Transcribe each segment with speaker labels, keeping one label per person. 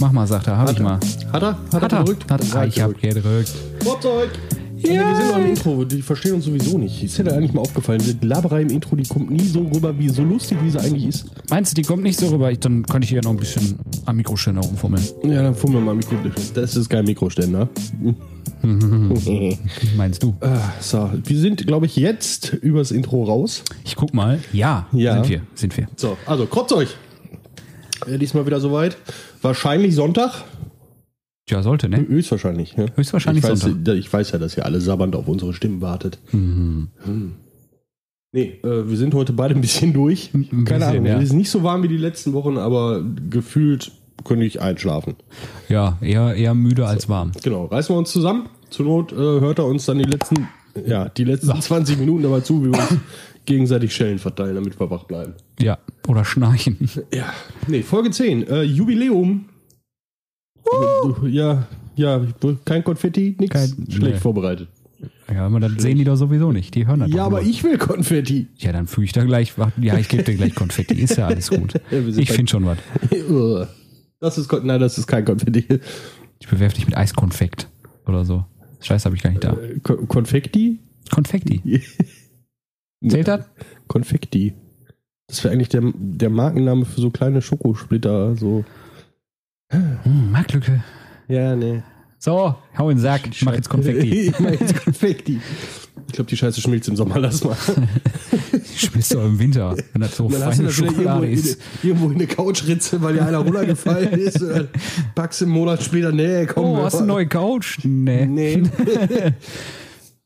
Speaker 1: Mach mal, sagt er, hab
Speaker 2: Hat
Speaker 1: ich mal.
Speaker 2: er? Hat er? Hat,
Speaker 1: Hat er,
Speaker 2: er gedrückt?
Speaker 1: hat er,
Speaker 2: Hat
Speaker 1: ich hab
Speaker 2: gedrückt.
Speaker 1: gedrückt.
Speaker 2: Vorzeug! Ja. Wir sind noch im Intro, die verstehen uns sowieso nicht. Ist dir da eigentlich mal aufgefallen, die Laberei im Intro, die kommt nie so rüber, wie so lustig, wie sie eigentlich ist.
Speaker 1: Meinst du, die kommt nicht so rüber? Ich, dann könnte ich hier noch ein bisschen am Mikroständer rumfummeln.
Speaker 2: Ja, dann fummeln wir mal Mikro. Das ist kein Mikroständer.
Speaker 1: Meinst du?
Speaker 2: Ah, so, wir sind, glaube ich, jetzt übers Intro raus.
Speaker 1: Ich guck mal. Ja,
Speaker 2: Ja.
Speaker 1: sind wir, sind wir.
Speaker 2: So, also, kotzt euch! Äh, diesmal wieder soweit. Wahrscheinlich Sonntag.
Speaker 1: Ja, sollte, ne?
Speaker 2: Höchstwahrscheinlich. Ja.
Speaker 1: Höchstwahrscheinlich
Speaker 2: ich weiß,
Speaker 1: Sonntag.
Speaker 2: da- Ich weiß ja, dass ihr alle sabbernd auf unsere Stimmen wartet.
Speaker 1: Mhm.
Speaker 2: Hm. Nee, äh, wir sind heute beide ein bisschen durch.
Speaker 1: Ein
Speaker 2: Keine
Speaker 1: bisschen,
Speaker 2: Ahnung,
Speaker 1: ja.
Speaker 2: es ist nicht so warm wie die letzten Wochen, aber gefühlt könnte ich einschlafen.
Speaker 1: Ja, eher, eher müde als warm.
Speaker 2: Genau, reißen wir uns zusammen. Zur Not äh, hört er uns dann die letzten, ja, die letzten 20 Minuten dabei zu, wie wir uns gegenseitig Schellen verteilen, damit wir wach bleiben.
Speaker 1: Ja, oder schnarchen.
Speaker 2: Ja, nee, Folge 10, äh, Jubiläum. Ja, ja, kein Konfetti, nix.
Speaker 1: Kein-
Speaker 2: schlecht
Speaker 1: nee.
Speaker 2: vorbereitet.
Speaker 1: Ja, aber dann sehen die doch sowieso nicht. Die hören das
Speaker 2: Ja,
Speaker 1: doch
Speaker 2: aber
Speaker 1: nur.
Speaker 2: ich will Konfetti.
Speaker 1: Ja, dann füge ich da gleich. Ja, ich gebe dir gleich Konfetti. Ist ja alles gut.
Speaker 2: wir sind
Speaker 1: Ich
Speaker 2: bei-
Speaker 1: finde schon was.
Speaker 2: Das ist, Kon- nein, das ist kein Konfetti.
Speaker 1: Ich bewerfe dich mit Eiskonfekt oder so. Scheiße, habe ich gar nicht da.
Speaker 2: Äh, Kon- Konfetti?
Speaker 1: Konfetti. Zählt das?
Speaker 2: Konfetti. Das wäre eigentlich der, der Markenname für so kleine Schokosplitter. So.
Speaker 1: Hm, Marktlücke.
Speaker 2: Ja, nee.
Speaker 1: So, hau in den Sack. Ich mach jetzt Konfetti.
Speaker 2: ich mach jetzt Konfetti. Ich glaube, die Scheiße schmilzt im Sommer. Lass mal.
Speaker 1: Ich schmilzt doch im Winter, wenn das so
Speaker 2: Und dann hast du
Speaker 1: feine
Speaker 2: das wieder irgendwo
Speaker 1: Schokolade
Speaker 2: in,
Speaker 1: ist.
Speaker 2: irgendwo in eine Couchritze, weil dir einer runtergefallen ist. Und dann packst du einen Monat später. Nee, komm.
Speaker 1: Oh, hast du eine neue Couch? Nee,
Speaker 2: Nee,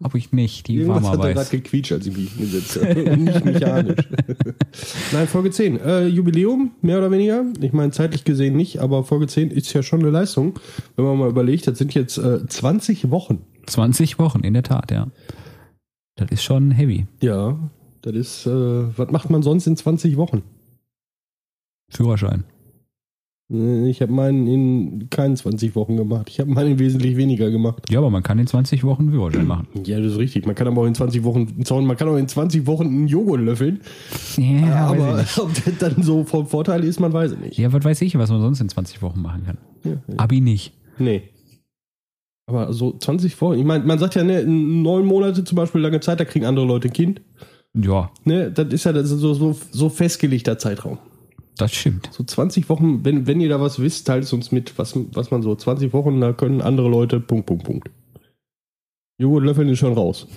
Speaker 1: hab ich nicht. Die war
Speaker 2: Irgendwas
Speaker 1: mal
Speaker 2: hat da gerade
Speaker 1: weiß.
Speaker 2: gequietscht, als ich mich hingesetzt habe. Und Nicht mechanisch. Nein, Folge 10. Äh, Jubiläum, mehr oder weniger. Ich meine, zeitlich gesehen nicht, aber Folge 10 ist ja schon eine Leistung. Wenn man mal überlegt, das sind jetzt äh, 20 Wochen.
Speaker 1: 20 Wochen, in der Tat, ja. Das ist schon heavy.
Speaker 2: Ja, das ist, äh, was macht man sonst in 20 Wochen?
Speaker 1: Führerschein.
Speaker 2: Äh, Ich habe meinen in keinen 20 Wochen gemacht. Ich habe meinen wesentlich weniger gemacht.
Speaker 1: Ja, aber man kann in 20 Wochen einen Führerschein machen.
Speaker 2: Ja, das ist richtig. Man kann aber auch in 20 Wochen einen Zaun, man kann auch in 20 Wochen einen Joghurt löffeln.
Speaker 1: Ja, weiß ich
Speaker 2: aber
Speaker 1: nicht.
Speaker 2: ob das dann so vom Vorteil ist, man weiß es nicht.
Speaker 1: ja, was weiß ich, was man sonst in 20 Wochen machen kann.
Speaker 2: Ja.
Speaker 1: Abi nicht.
Speaker 2: Nee. Aber so 20 Wochen, ich meine, man sagt ja, ne, in neun Monate zum Beispiel lange Zeit, da kriegen andere Leute ein Kind.
Speaker 1: Ja,
Speaker 2: Ne, das ist ja das ist so, so, so festgelegter Zeitraum.
Speaker 1: das stimmt.
Speaker 2: So 20 Wochen, wenn, wenn ihr da was wisst, teilt es uns mit, was, was man so 20 Wochen, da können andere Leute, Punkt, Punkt, Punkt. Joghurt löffeln ist schon raus.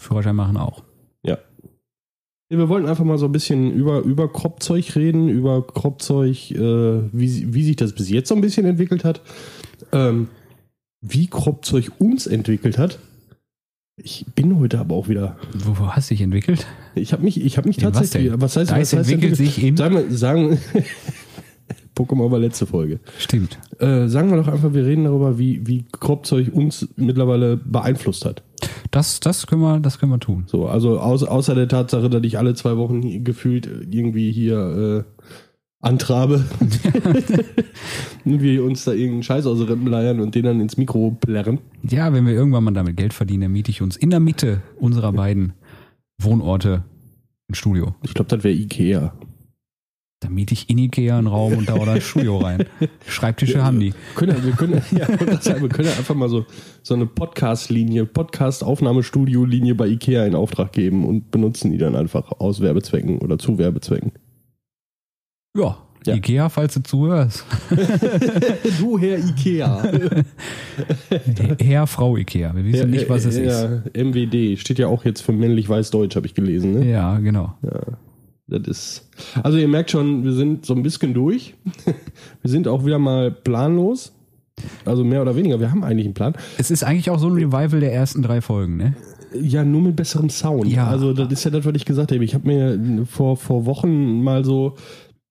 Speaker 1: Führerschein machen auch.
Speaker 2: Ja. Nee, Wir wollen einfach mal so ein bisschen über, über Kropfzeug reden, über Kropfzeug, äh, wie, wie sich das bis jetzt so ein bisschen entwickelt hat, ähm, wie Kropfzeug uns entwickelt hat. Ich bin heute aber auch wieder.
Speaker 1: Wo, wo hast du dich entwickelt?
Speaker 2: Ich habe mich, ich hab mich
Speaker 1: In was
Speaker 2: tatsächlich.
Speaker 1: denn?
Speaker 2: Was, heißt,
Speaker 1: Dice
Speaker 2: was heißt
Speaker 1: entwickelt sich in-
Speaker 2: Sagen wir, sagen, Pokémon war letzte Folge.
Speaker 1: Stimmt.
Speaker 2: Äh, sagen wir doch einfach, wir reden darüber, wie, wie Kropfzeug uns mittlerweile beeinflusst hat.
Speaker 1: Das, das, können wir, das können wir tun.
Speaker 2: So, also aus, außer der Tatsache, dass ich alle zwei Wochen hier gefühlt irgendwie hier äh, antrabe und wir uns da irgendeinen Scheiß aus den Rippen leiern und den dann ins Mikro plärren.
Speaker 1: Ja, wenn wir irgendwann mal damit Geld verdienen, dann miete ich uns in der Mitte unserer beiden Wohnorte ein Studio.
Speaker 2: Ich glaube, das wäre Ikea.
Speaker 1: Dann miete ich in Ikea einen Raum und da oder ein Studio rein. Schreibtische haben die.
Speaker 2: Können, wir- wir können, ja, und das, wir können einfach mal so, so eine Podcast-Linie, Podcast-Aufnahmestudio-Linie bei Ikea in Auftrag geben und benutzen die dann einfach aus Werbezwecken oder zu Werbezwecken.
Speaker 1: Ja,
Speaker 2: Ja.
Speaker 1: Ikea, falls du zuhörst.
Speaker 2: Du, Herr Ikea.
Speaker 1: Herr, Frau Ikea. Wir wissen nicht, was es ist.
Speaker 2: Ja, MWD steht ja auch jetzt für männlich-weiß-deutsch, habe ich gelesen. Ne?
Speaker 1: Ja, genau.
Speaker 2: Das ist. Also ihr merkt schon, wir sind so ein bisschen durch. Wir sind auch wieder mal planlos. Also mehr oder weniger. Wir haben eigentlich einen Plan.
Speaker 1: Es ist eigentlich auch so ein Revival der ersten drei Folgen, ne?
Speaker 2: Ja, nur mit besserem Sound.
Speaker 1: Ja.
Speaker 2: Also das ist ja das, was ich gesagt habe. Ich habe mir vor, vor Wochen mal so,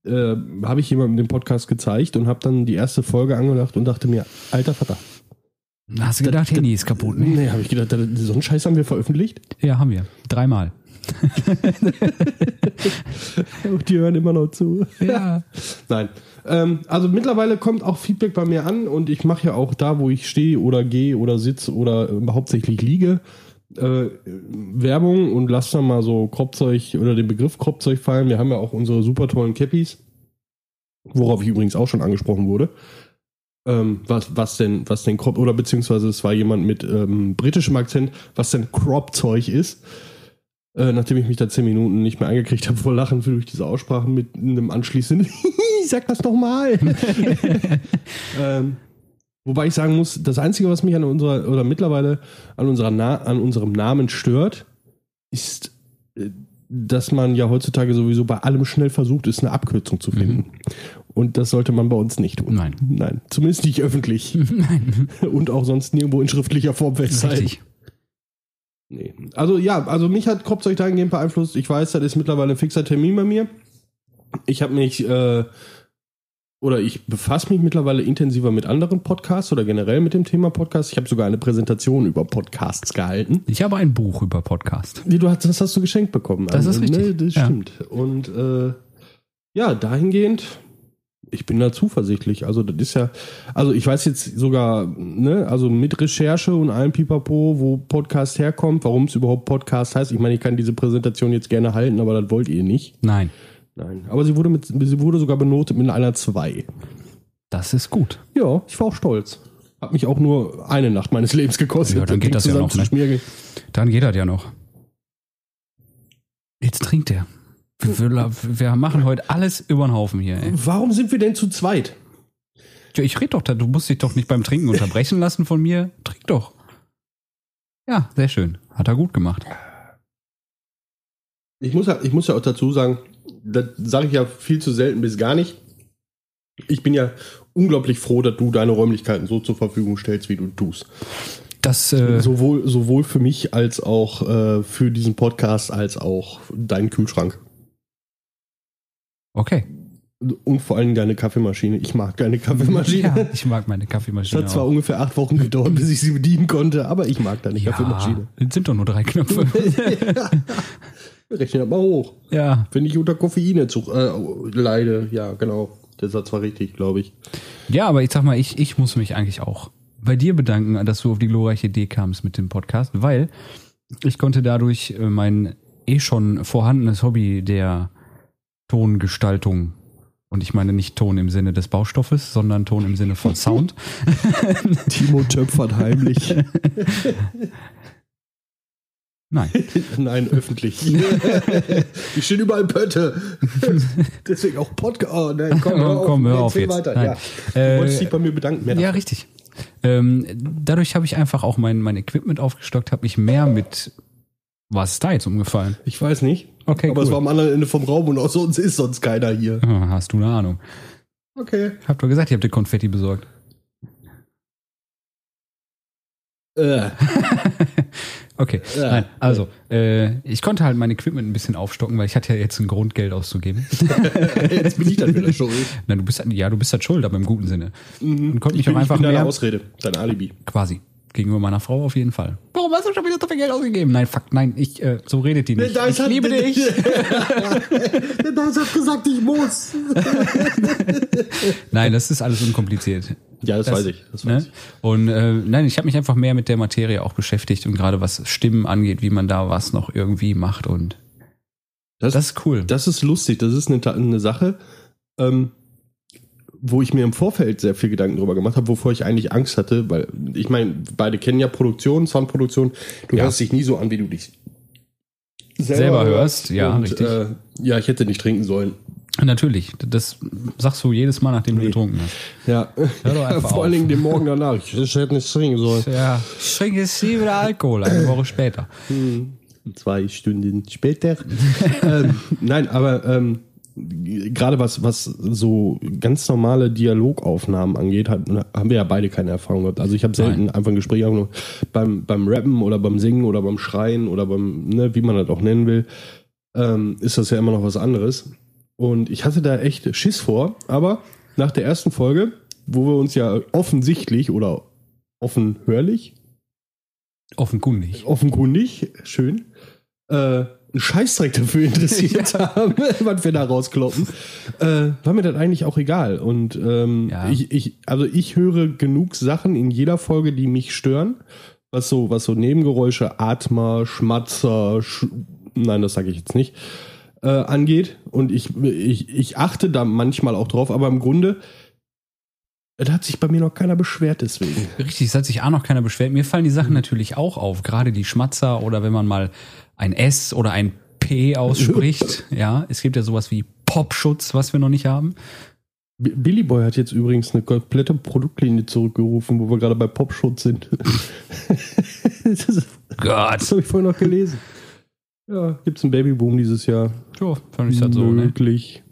Speaker 2: äh, habe ich jemandem den Podcast gezeigt und habe dann die erste Folge angelacht und dachte mir, alter Vater.
Speaker 1: Da Hast du gedacht, Handy ist kaputt, ne?
Speaker 2: Nee, habe ich gedacht, das- so einen Scheiß haben wir veröffentlicht.
Speaker 1: Ja, haben wir. Dreimal.
Speaker 2: Und die hören immer noch zu.
Speaker 1: Ja.
Speaker 2: Nein. Ähm, also mittlerweile kommt auch Feedback bei mir an und ich mache ja auch da, wo ich stehe oder gehe oder sitze oder äh, hauptsächlich liege, äh, Werbung und lass dann mal so Kropfzeug oder den Begriff Kropfzeug fallen. Wir haben ja auch unsere super tollen Cappies, worauf ich übrigens auch schon angesprochen wurde. ähm, was, was denn, was denn Crop, oder beziehungsweise es war jemand mit ähm, britischem Akzent, was denn Crop-Zeug ist. Äh, nachdem ich mich da zehn Minuten nicht mehr angekriegt habe vor Lachen durch diese Aussprache mit einem anschließenden, sag das nochmal. ähm, wobei ich sagen muss, das Einzige, was mich an unserer, oder mittlerweile an, unserer Na an unserem Namen stört, ist, äh, dass man ja heutzutage sowieso bei allem schnell versucht ist, eine Abkürzung zu finden. Und das sollte man bei uns nicht tun.
Speaker 1: Nein.
Speaker 2: Nein, zumindest nicht öffentlich.
Speaker 1: Nein.
Speaker 2: Und auch sonst nirgendwo in schriftlicher Form festhalten.
Speaker 1: Richtig.
Speaker 2: Nee. Also ja, also mich hat Kropzeug dahingehend beeinflusst. Ich weiß, das ist mittlerweile ein fixer Termin bei mir. Ich habe mich äh, oder ich befasse mich mittlerweile intensiver mit anderen Podcasts oder generell mit dem Thema Podcasts. Ich habe sogar eine Präsentation über Podcasts gehalten.
Speaker 1: Ich habe ein Buch über Podcast.
Speaker 2: Nee, du hast, das hast du geschenkt bekommen.
Speaker 1: Das ist
Speaker 2: Ne,
Speaker 1: richtig,
Speaker 2: das
Speaker 1: ja.
Speaker 2: stimmt. Und äh, ja, dahingehend, ich bin da zuversichtlich. Also, das ist ja, also ich weiß jetzt sogar, ne, also mit Recherche und allem Pipapo, wo Podcast herkommt, warum es überhaupt Podcast heißt. Ich meine, ich kann diese Präsentation jetzt gerne halten, aber das wollt ihr nicht.
Speaker 1: Nein,
Speaker 2: Nein. Aber sie wurde, mit, sie wurde sogar benotet mit einer 2.
Speaker 1: das ist gut.
Speaker 2: Ja, ich war auch stolz. Hat mich auch nur eine Nacht meines Lebens gekostet.
Speaker 1: Ja, dann geht
Speaker 2: Ding
Speaker 1: das ja noch, ne?
Speaker 2: zusammenzuschmiergeln.
Speaker 1: Dann geht das ja noch. Jetzt trinkt er. Wir, wir, wir machen heute alles über den Haufen hier. Ey.
Speaker 2: Warum sind wir denn zu zweit?
Speaker 1: Ja, ich rede doch, da, du musst dich doch nicht beim Trinken unterbrechen lassen von mir. Trink doch. Ja, sehr schön. Hat er gut gemacht.
Speaker 2: Ich muss, ja, ich muss ja auch dazu sagen, das sage ich ja viel zu selten bis gar nicht. Ich bin ja unglaublich froh, dass du deine Räumlichkeiten so zur Verfügung stellst, wie du tust.
Speaker 1: Das, äh,
Speaker 2: Sowohl, sowohl für mich als auch äh, für diesen Podcast, als auch deinen Kühlschrank.
Speaker 1: okay.
Speaker 2: Und vor allem deine Kaffeemaschine. Ich mag deine Kaffeemaschine.
Speaker 1: Ja, Genau. ich mag meine
Speaker 2: Es
Speaker 1: Kaffeemaschine.
Speaker 2: hat zwar
Speaker 1: auch.
Speaker 2: ungefähr acht Wochen gedauert, bis ich sie bedienen konnte, aber ich mag deine
Speaker 1: Ja,
Speaker 2: Kaffeemaschine.
Speaker 1: es sind doch nur drei Knöpfe.
Speaker 2: ja. Rechne das mal hoch.
Speaker 1: ja.
Speaker 2: Wenn ich unter Koffeinentzug äh, leide, ja, genau. Der Satz war richtig, glaube ich.
Speaker 1: ja, aber ich sag mal, ich, ich muss mich eigentlich auch bei dir bedanken, dass du auf die glorreiche Idee kamst mit dem Podcast, weil ich konnte dadurch äh, mein eh schon vorhandenes Hobby der Tongestaltung und ich meine nicht Ton im Sinne des Baustoffes, sondern Ton im Sinne von Sound.
Speaker 2: Timo töpfert heimlich.
Speaker 1: Nein.
Speaker 2: Nein, öffentlich. Die stehen überall Pötte. Deswegen auch Podcast. Oh, nein, komm, hör auf,
Speaker 1: Komm, hör auf
Speaker 2: Erzähl
Speaker 1: jetzt.
Speaker 2: weiter.
Speaker 1: Nein.
Speaker 2: Ja.
Speaker 1: Äh,
Speaker 2: Du wolltest dich bei mir bedanken. Mehr
Speaker 1: Ja, richtig. Ähm, dadurch habe ich einfach auch mein, mein Equipment aufgestockt, habe mich mehr mit. Was ist da jetzt umgefallen?
Speaker 2: Ich weiß nicht.
Speaker 1: Okay,
Speaker 2: aber es
Speaker 1: cool.
Speaker 2: war am anderen Ende vom Raum und außer uns ist sonst keiner hier.
Speaker 1: Ah, Hast du eine Ahnung?
Speaker 2: Okay.
Speaker 1: Hab doch gesagt, ich habe dir Konfetti besorgt.
Speaker 2: Äh,
Speaker 1: Okay,
Speaker 2: Ja.
Speaker 1: nein, also äh, ich konnte halt mein Equipment ein bisschen aufstocken, weil ich hatte ja jetzt ein Grundgeld auszugeben.
Speaker 2: jetzt bin ich dann wieder schuld.
Speaker 1: nein, du bist ja, du bist halt schuld, aber im guten Sinne. Und konnte
Speaker 2: Mhm.
Speaker 1: mich
Speaker 2: Ich bin,
Speaker 1: auch
Speaker 2: ich
Speaker 1: einfach
Speaker 2: bin deine
Speaker 1: mehr
Speaker 2: Ausrede, dein Alibi.
Speaker 1: quasi gegenüber meiner Frau auf jeden Fall. Warum hast du schon wieder so viel Geld ausgegeben? Nein, fuck, nein, ich äh, so redet die nicht.
Speaker 2: Da ist halt
Speaker 1: ich
Speaker 2: hat-
Speaker 1: liebe dich.
Speaker 2: Der Dice hat gesagt, ich muss.
Speaker 1: Nein, das ist alles unkompliziert.
Speaker 2: Ja, das weiß ich, das weiß
Speaker 1: ne? Und äh, nein, ich habe mich einfach mehr mit der Materie auch beschäftigt und gerade was Stimmen angeht, wie man da was noch irgendwie macht und
Speaker 2: Das-
Speaker 1: das, ist cool.
Speaker 2: Das ist lustig. Das ist eine, Ta- eine Sache, ähm, wo ich mir im Vorfeld sehr viel Gedanken drüber gemacht habe, wovor ich eigentlich Angst hatte, weil ich meine, beide kennen ja Produktion, Soundproduktion. Du
Speaker 1: Ja.
Speaker 2: hörst dich nie so an, wie du dich
Speaker 1: Selber hörst, ja, richtig.
Speaker 2: Äh, ja, ich hätte nicht trinken sollen.
Speaker 1: Natürlich, das sagst du jedes Mal, nachdem du getrunken hast.
Speaker 2: Ja,
Speaker 1: Hör doch einfach
Speaker 2: vor
Speaker 1: auf.
Speaker 2: allen Dingen den Morgen danach. Ich, ich hätte nicht trinken sollen.
Speaker 1: Ja, ich trinke jetzt nie wieder Alkohol, eine Woche später.
Speaker 2: Hm. zwei Stunden später. ähm, nein, aber ähm, g- gerade was, was so ganz normale Dialogaufnahmen angeht, hat, ne, haben wir ja beide keine Erfahrung gehabt. Also ich habe selten einfach ein Gespräch aufgenommen. Beim, beim Rappen oder beim Singen oder beim Schreien oder beim, ne, wie man das auch nennen will, ähm, ist das ja immer noch was anderes. Und ich hatte da echt Schiss vor, aber nach der ersten Folge, wo wir uns ja offensichtlich oder offenhörlich
Speaker 1: Offenkundig.
Speaker 2: offenkundig, schön, äh, einen Scheißdreck dafür interessiert haben, was wir da rauskloppen, äh, war mir das eigentlich auch egal. Und ähm,
Speaker 1: Ja.
Speaker 2: ich, ich, also ich höre genug Sachen in jeder Folge, die mich stören. Was so, was so Nebengeräusche, Atmer, Schmatzer, Sch nein, das sage ich jetzt nicht, äh, angeht. Und ich, ich, ich achte da manchmal auch drauf, aber im Grunde Da hat sich bei mir noch keiner beschwert deswegen.
Speaker 1: Richtig, es hat sich auch noch keiner beschwert. Mir fallen die
Speaker 2: Mhm.
Speaker 1: Sachen natürlich auch auf, gerade die Schmatzer oder wenn man mal ein S oder ein P ausspricht. ja, es gibt ja sowas wie Popschutz, was wir noch nicht haben.
Speaker 2: B Billy Boy hat jetzt übrigens eine komplette Produktlinie zurückgerufen, wo wir gerade bei Popschutz sind. das ist- das
Speaker 1: Gott.
Speaker 2: habe ich vorhin noch gelesen. Ja, gibt es einen Babyboom dieses Jahr?
Speaker 1: Ja, fand ich halt so, ne?
Speaker 2: Möglich.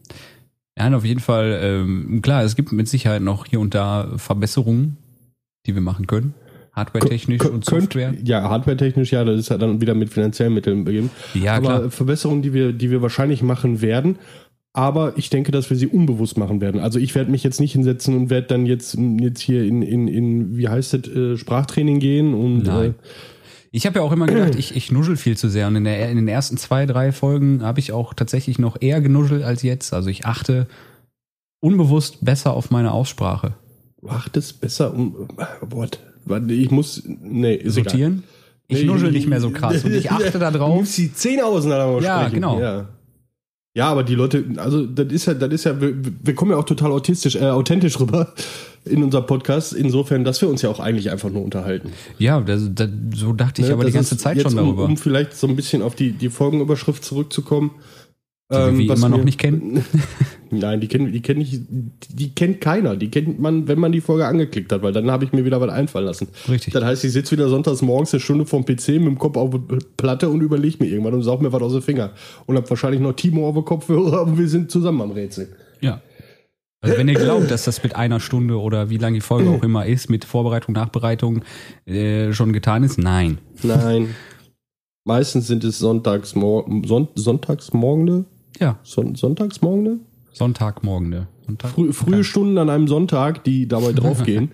Speaker 1: Ja, und auf jeden Fall, ähm, klar, es gibt mit Sicherheit noch hier und da Verbesserungen, die wir machen können. Hardware-technisch
Speaker 2: Kö-
Speaker 1: und
Speaker 2: könnt-
Speaker 1: Software.
Speaker 2: Ja, hardware-technisch, ja, das ist ja dann wieder mit finanziellen Mitteln begeben.
Speaker 1: Ja,
Speaker 2: aber
Speaker 1: klar.
Speaker 2: Verbesserungen, die wir, die wir wahrscheinlich machen werden. Aber ich denke, dass wir sie unbewusst machen werden. Also ich werde mich jetzt nicht hinsetzen und werde dann jetzt, jetzt hier in, in, in wie heißt das, äh, Sprachtraining gehen und
Speaker 1: Nein.
Speaker 2: äh,
Speaker 1: Ich habe ja auch immer gedacht, ich, ich nuschel viel zu sehr. Und in, der, in den ersten zwei, drei Folgen habe ich auch tatsächlich noch eher genuschelt als jetzt. Also ich achte unbewusst besser auf meine Aussprache.
Speaker 2: achtest besser um. What? Warte, Ich muss. Nee, ist egal.
Speaker 1: Sortieren? Ich
Speaker 2: Nee,
Speaker 1: nuschel nicht mehr so krass und ich achte da
Speaker 2: Du
Speaker 1: drauf.
Speaker 2: nimmst die Zähne auseinander beim
Speaker 1: Ja,
Speaker 2: Sprechen.
Speaker 1: genau.
Speaker 2: Ja. ja, aber die Leute, also das ist ja, das ist ja, wir, wir kommen ja auch total autistisch, äh, authentisch rüber in unserem Podcast, insofern, dass wir uns ja auch eigentlich einfach nur unterhalten.
Speaker 1: Ja, das, das, so dachte ich
Speaker 2: Ne,
Speaker 1: aber die
Speaker 2: das
Speaker 1: ganze
Speaker 2: ist
Speaker 1: Zeit
Speaker 2: jetzt,
Speaker 1: schon
Speaker 2: um,
Speaker 1: darüber.
Speaker 2: Um vielleicht so ein bisschen auf die, die Folgenüberschrift zurückzukommen. Die
Speaker 1: wir immer noch nicht kennen.
Speaker 2: Nein, die kennt, die, kenn ich, die kennt keiner. Die kennt man, wenn man die Folge angeklickt hat, weil dann habe ich mir wieder was einfallen lassen.
Speaker 1: Richtig.
Speaker 2: Das heißt, ich sitze wieder sonntags morgens eine Stunde vorm PC mit dem Kopf auf die Platte und überlege mir irgendwann und saug mir was aus den Finger. Und habe wahrscheinlich noch Timo auf dem Kopfhörer und wir sind zusammen am Rätsel.
Speaker 1: Ja. Also wenn ihr glaubt, dass das mit einer Stunde oder wie lange die Folge auch immer ist, mit Vorbereitung, Nachbereitung äh, schon getan ist, nein.
Speaker 2: Nein. Meistens sind es Sonntagsmor Son Sonntagsmorgende.
Speaker 1: Ja,
Speaker 2: Son Sonntagsmorgende?
Speaker 1: Sonntagmorgen. Ne? Sonntag.
Speaker 2: Frü frühe Stunden an einem Sonntag, die dabei draufgehen,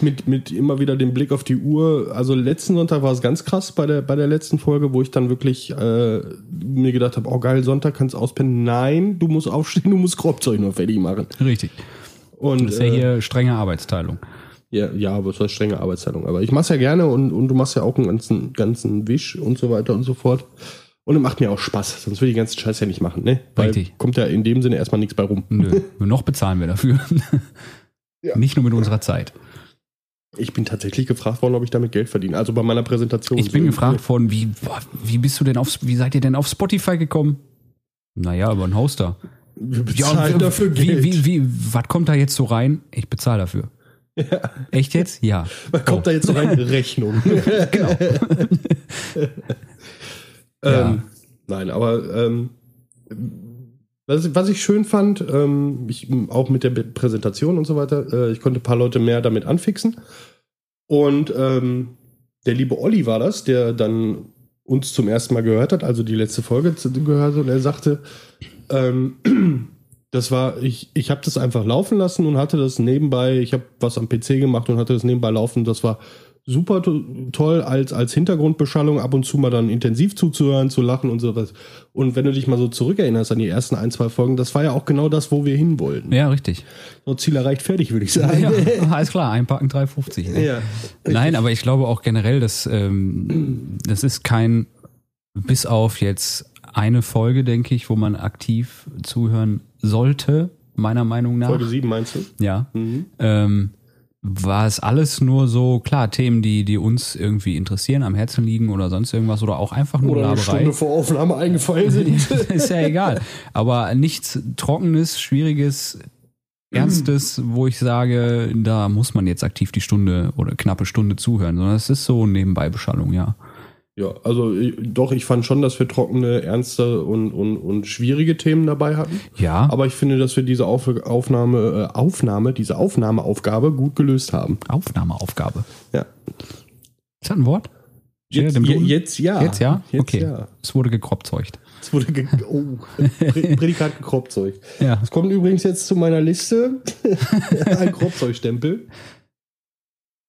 Speaker 2: mit, mit immer wieder dem Blick auf die Uhr. Also letzten Sonntag war es ganz krass bei der, bei der letzten Folge, wo ich dann wirklich äh, mir gedacht habe, oh geil, Sonntag kannst du auspennen. Nein, du musst aufstehen, du musst Korbzeug noch fertig machen.
Speaker 1: Richtig.
Speaker 2: Und,
Speaker 1: Das ist ja
Speaker 2: äh,
Speaker 1: hier strenge Arbeitsteilung.
Speaker 2: ja, ja, aber es war strenge Arbeitsteilung. Aber ich mach's ja gerne und, und du machst ja auch einen ganzen, ganzen Wisch und so weiter und so fort. Und es macht mir auch Spaß, sonst würde ich den ganzen Scheiß ja nicht machen, ne? Weil
Speaker 1: Richtig.
Speaker 2: Kommt ja in dem Sinne erstmal nichts bei rum.
Speaker 1: Nö, noch bezahlen wir dafür.
Speaker 2: Ja.
Speaker 1: Nicht nur mit unserer Zeit.
Speaker 2: Ich bin tatsächlich gefragt worden, ob ich damit Geld verdiene. Also bei meiner Präsentation.
Speaker 1: Ich bin
Speaker 2: So.
Speaker 1: gefragt worden, wie, boah, wie bist du denn auf, wie seid ihr denn auf Spotify gekommen? Naja, über einen Hoster.
Speaker 2: Wir
Speaker 1: Ja,
Speaker 2: bezahlen
Speaker 1: und
Speaker 2: dafür
Speaker 1: wie,
Speaker 2: Geld.
Speaker 1: Wie, wie, was kommt da jetzt so rein? Ich bezahle dafür. Echt jetzt? Ja.
Speaker 2: Man kommt da jetzt noch eine Rechnung. genau. ähm,
Speaker 1: Ja.
Speaker 2: nein, aber ähm, was, was ich schön fand, ähm, ich, auch mit der Präsentation und so weiter, äh, ich konnte ein paar Leute mehr damit anfixen. Und ähm, der liebe Olli war das, der dann uns zum ersten Mal gehört hat, also die letzte Folge zu- gehört hat, und er sagte, ähm, das war, ich, ich habe das einfach laufen lassen und hatte das nebenbei, ich habe was am PC gemacht und hatte das nebenbei laufen. Das war super to toll als, als Hintergrundbeschallung, ab und zu mal dann intensiv zuzuhören, zu lachen und sowas. Und wenn du dich mal so zurückerinnerst an die ersten ein, zwei Folgen, das war ja auch genau das, wo wir hin wollten.
Speaker 1: Oh. Ja, richtig.
Speaker 2: So Ziel erreicht, fertig, würde ich sagen.
Speaker 1: Ja, alles klar, einpacken 3,50. Ne?
Speaker 2: Ja.
Speaker 1: Nein, aber ich glaube auch generell, dass ähm, das ist kein, bis auf jetzt eine Folge, denke ich, wo man aktiv zuhören sollte, meiner Meinung nach.
Speaker 2: Folge 7 meinst du?
Speaker 1: Ja.
Speaker 2: Mhm.
Speaker 1: Ähm, war es alles nur so, klar, Themen, die, die uns irgendwie interessieren, am Herzen liegen oder sonst irgendwas oder auch einfach nur
Speaker 2: Oder eine
Speaker 1: Laberei.
Speaker 2: Stunde vor Aufnahme eingefallen sind.
Speaker 1: ist ja egal. Aber nichts Trockenes, Schwieriges, Ernstes, wo ich sage, da muss man jetzt aktiv die Stunde oder knappe Stunde zuhören, sondern es ist so nebenbei Beschallung, ja.
Speaker 2: Ja, also ich, doch, ich fand schon, dass wir trockene, ernste und, und, und schwierige Themen dabei hatten.
Speaker 1: Ja,
Speaker 2: Aber ich finde, dass wir diese Auf Aufnahme, äh, Aufnahme, diese Aufnahmeaufgabe gut gelöst haben.
Speaker 1: Aufnahmeaufgabe.
Speaker 2: Ja.
Speaker 1: Ist das ein Wort? Steht
Speaker 2: Jetzt,
Speaker 1: da dem
Speaker 2: je,
Speaker 1: Duden?
Speaker 2: jetzt ja.
Speaker 1: Jetzt ja?
Speaker 2: Jetzt
Speaker 1: okay.
Speaker 2: ja.
Speaker 1: Es wurde gekroppzeugt.
Speaker 2: Es wurde ge oh, Prä- Prädikat gekropzeug.
Speaker 1: Ja.
Speaker 2: Es kommt übrigens jetzt zu meiner Liste ein Kropzeugstempel.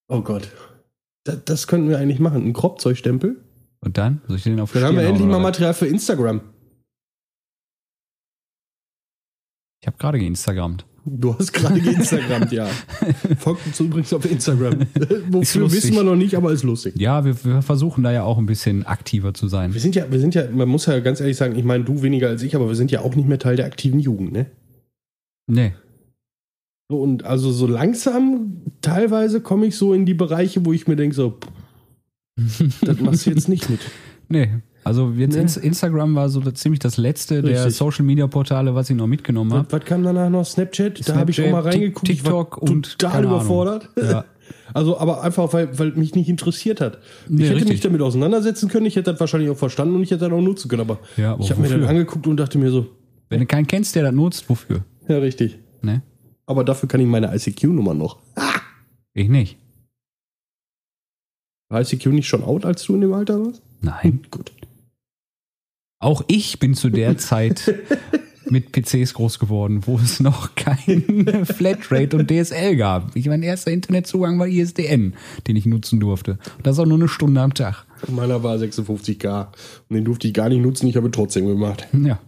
Speaker 2: Oh Gott. Das, das könnten wir eigentlich machen. Ein Kropzeugstempel.
Speaker 1: Und dann? Soll ich den auf
Speaker 2: Dann haben
Speaker 1: Stirn
Speaker 2: wir endlich
Speaker 1: hauen,
Speaker 2: mal
Speaker 1: oder was?
Speaker 2: Material für Instagram.
Speaker 1: Ich habe gerade geinstagrammt.
Speaker 2: Du hast gerade geinstagrammt, ja. Folgt uns übrigens auf Instagram.
Speaker 1: Ist
Speaker 2: Wofür
Speaker 1: lustig.
Speaker 2: wissen wir noch nicht, aber ist lustig.
Speaker 1: Ja, wir, wir versuchen da ja auch ein bisschen aktiver zu sein.
Speaker 2: Wir sind ja, wir sind ja, man muss ja ganz ehrlich sagen, ich meine, du weniger als ich, aber wir sind ja auch nicht mehr Teil der aktiven Jugend, ne?
Speaker 1: Nee.
Speaker 2: So, und also so langsam teilweise komme ich so in die Bereiche, wo ich mir denke, so, pff, das machst du jetzt nicht mit.
Speaker 1: Nee. Also jetzt
Speaker 2: Nee.
Speaker 1: Ins- Instagram war so ziemlich das letzte der
Speaker 2: Richtig.
Speaker 1: Social Media Portale, was ich noch mitgenommen
Speaker 2: Was,
Speaker 1: habe.
Speaker 2: was kam danach noch? Snapchat? da habe ich auch mal
Speaker 1: Ne? Snapchat, Tik-
Speaker 2: reingeguckt. ich war
Speaker 1: TikTok und
Speaker 2: total
Speaker 1: keine Ahnung.
Speaker 2: überfordert.
Speaker 1: Ja.
Speaker 2: Also, aber einfach, weil, weil mich nicht interessiert hat.
Speaker 1: Nee,
Speaker 2: ich hätte mich
Speaker 1: richtig.
Speaker 2: damit auseinandersetzen können, ich hätte das wahrscheinlich auch verstanden und ich hätte das auch nutzen können. Aber
Speaker 1: Ja, aber
Speaker 2: ich habe mir
Speaker 1: wofür?
Speaker 2: das angeguckt und dachte mir so,
Speaker 1: Wenn du keinen kennst, der das nutzt, wofür?
Speaker 2: ja, richtig.
Speaker 1: Ne?
Speaker 2: Aber dafür kann ich meine ICQ-Nummer noch.
Speaker 1: Ich nicht.
Speaker 2: War ICQ nicht schon out, als du in dem Alter warst?
Speaker 1: Nein.
Speaker 2: Gut.
Speaker 1: Auch ich bin zu der Zeit mit PCs groß geworden, wo es noch keine Flatrate und DSL gab. Ich mein erster Internetzugang war ISDN, den ich nutzen durfte. Und das auch nur eine Stunde am Tag.
Speaker 2: Meiner war 56k. Und den durfte ich gar nicht nutzen, ich habe trotzdem gemacht.
Speaker 1: Ja.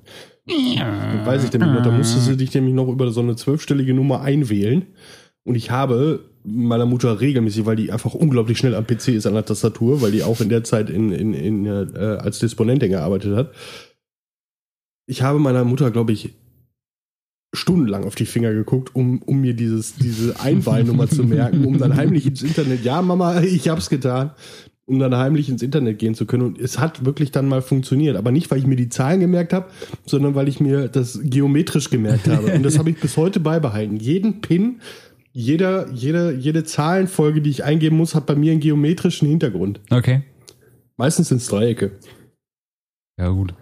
Speaker 2: Das weiß ich nämlich noch. Da musstest du dich nämlich noch über so eine zwölfstellige Nummer einwählen. Und ich habe meiner Mutter regelmäßig, weil die einfach unglaublich schnell am PC ist, an der Tastatur, weil die auch in der Zeit in, in, in, äh, als Disponentin gearbeitet hat. Ich habe meiner Mutter, glaube ich, stundenlang auf die Finger geguckt, um, um mir dieses, diese Einwahlnummer zu merken, um dann heimlich ins Internet, ja Mama, ich hab's getan, um dann heimlich ins Internet gehen zu können. Und es hat wirklich dann mal funktioniert. Aber nicht, weil ich mir die Zahlen gemerkt habe, sondern weil ich mir das geometrisch gemerkt habe. Und das habe ich bis heute beibehalten. Jeden Pin, jeder, jede, jede Zahlenfolge, die ich eingeben muss, hat bei mir einen geometrischen Hintergrund.
Speaker 1: Okay.
Speaker 2: Meistens sind es Dreiecke.
Speaker 1: Ja, gut.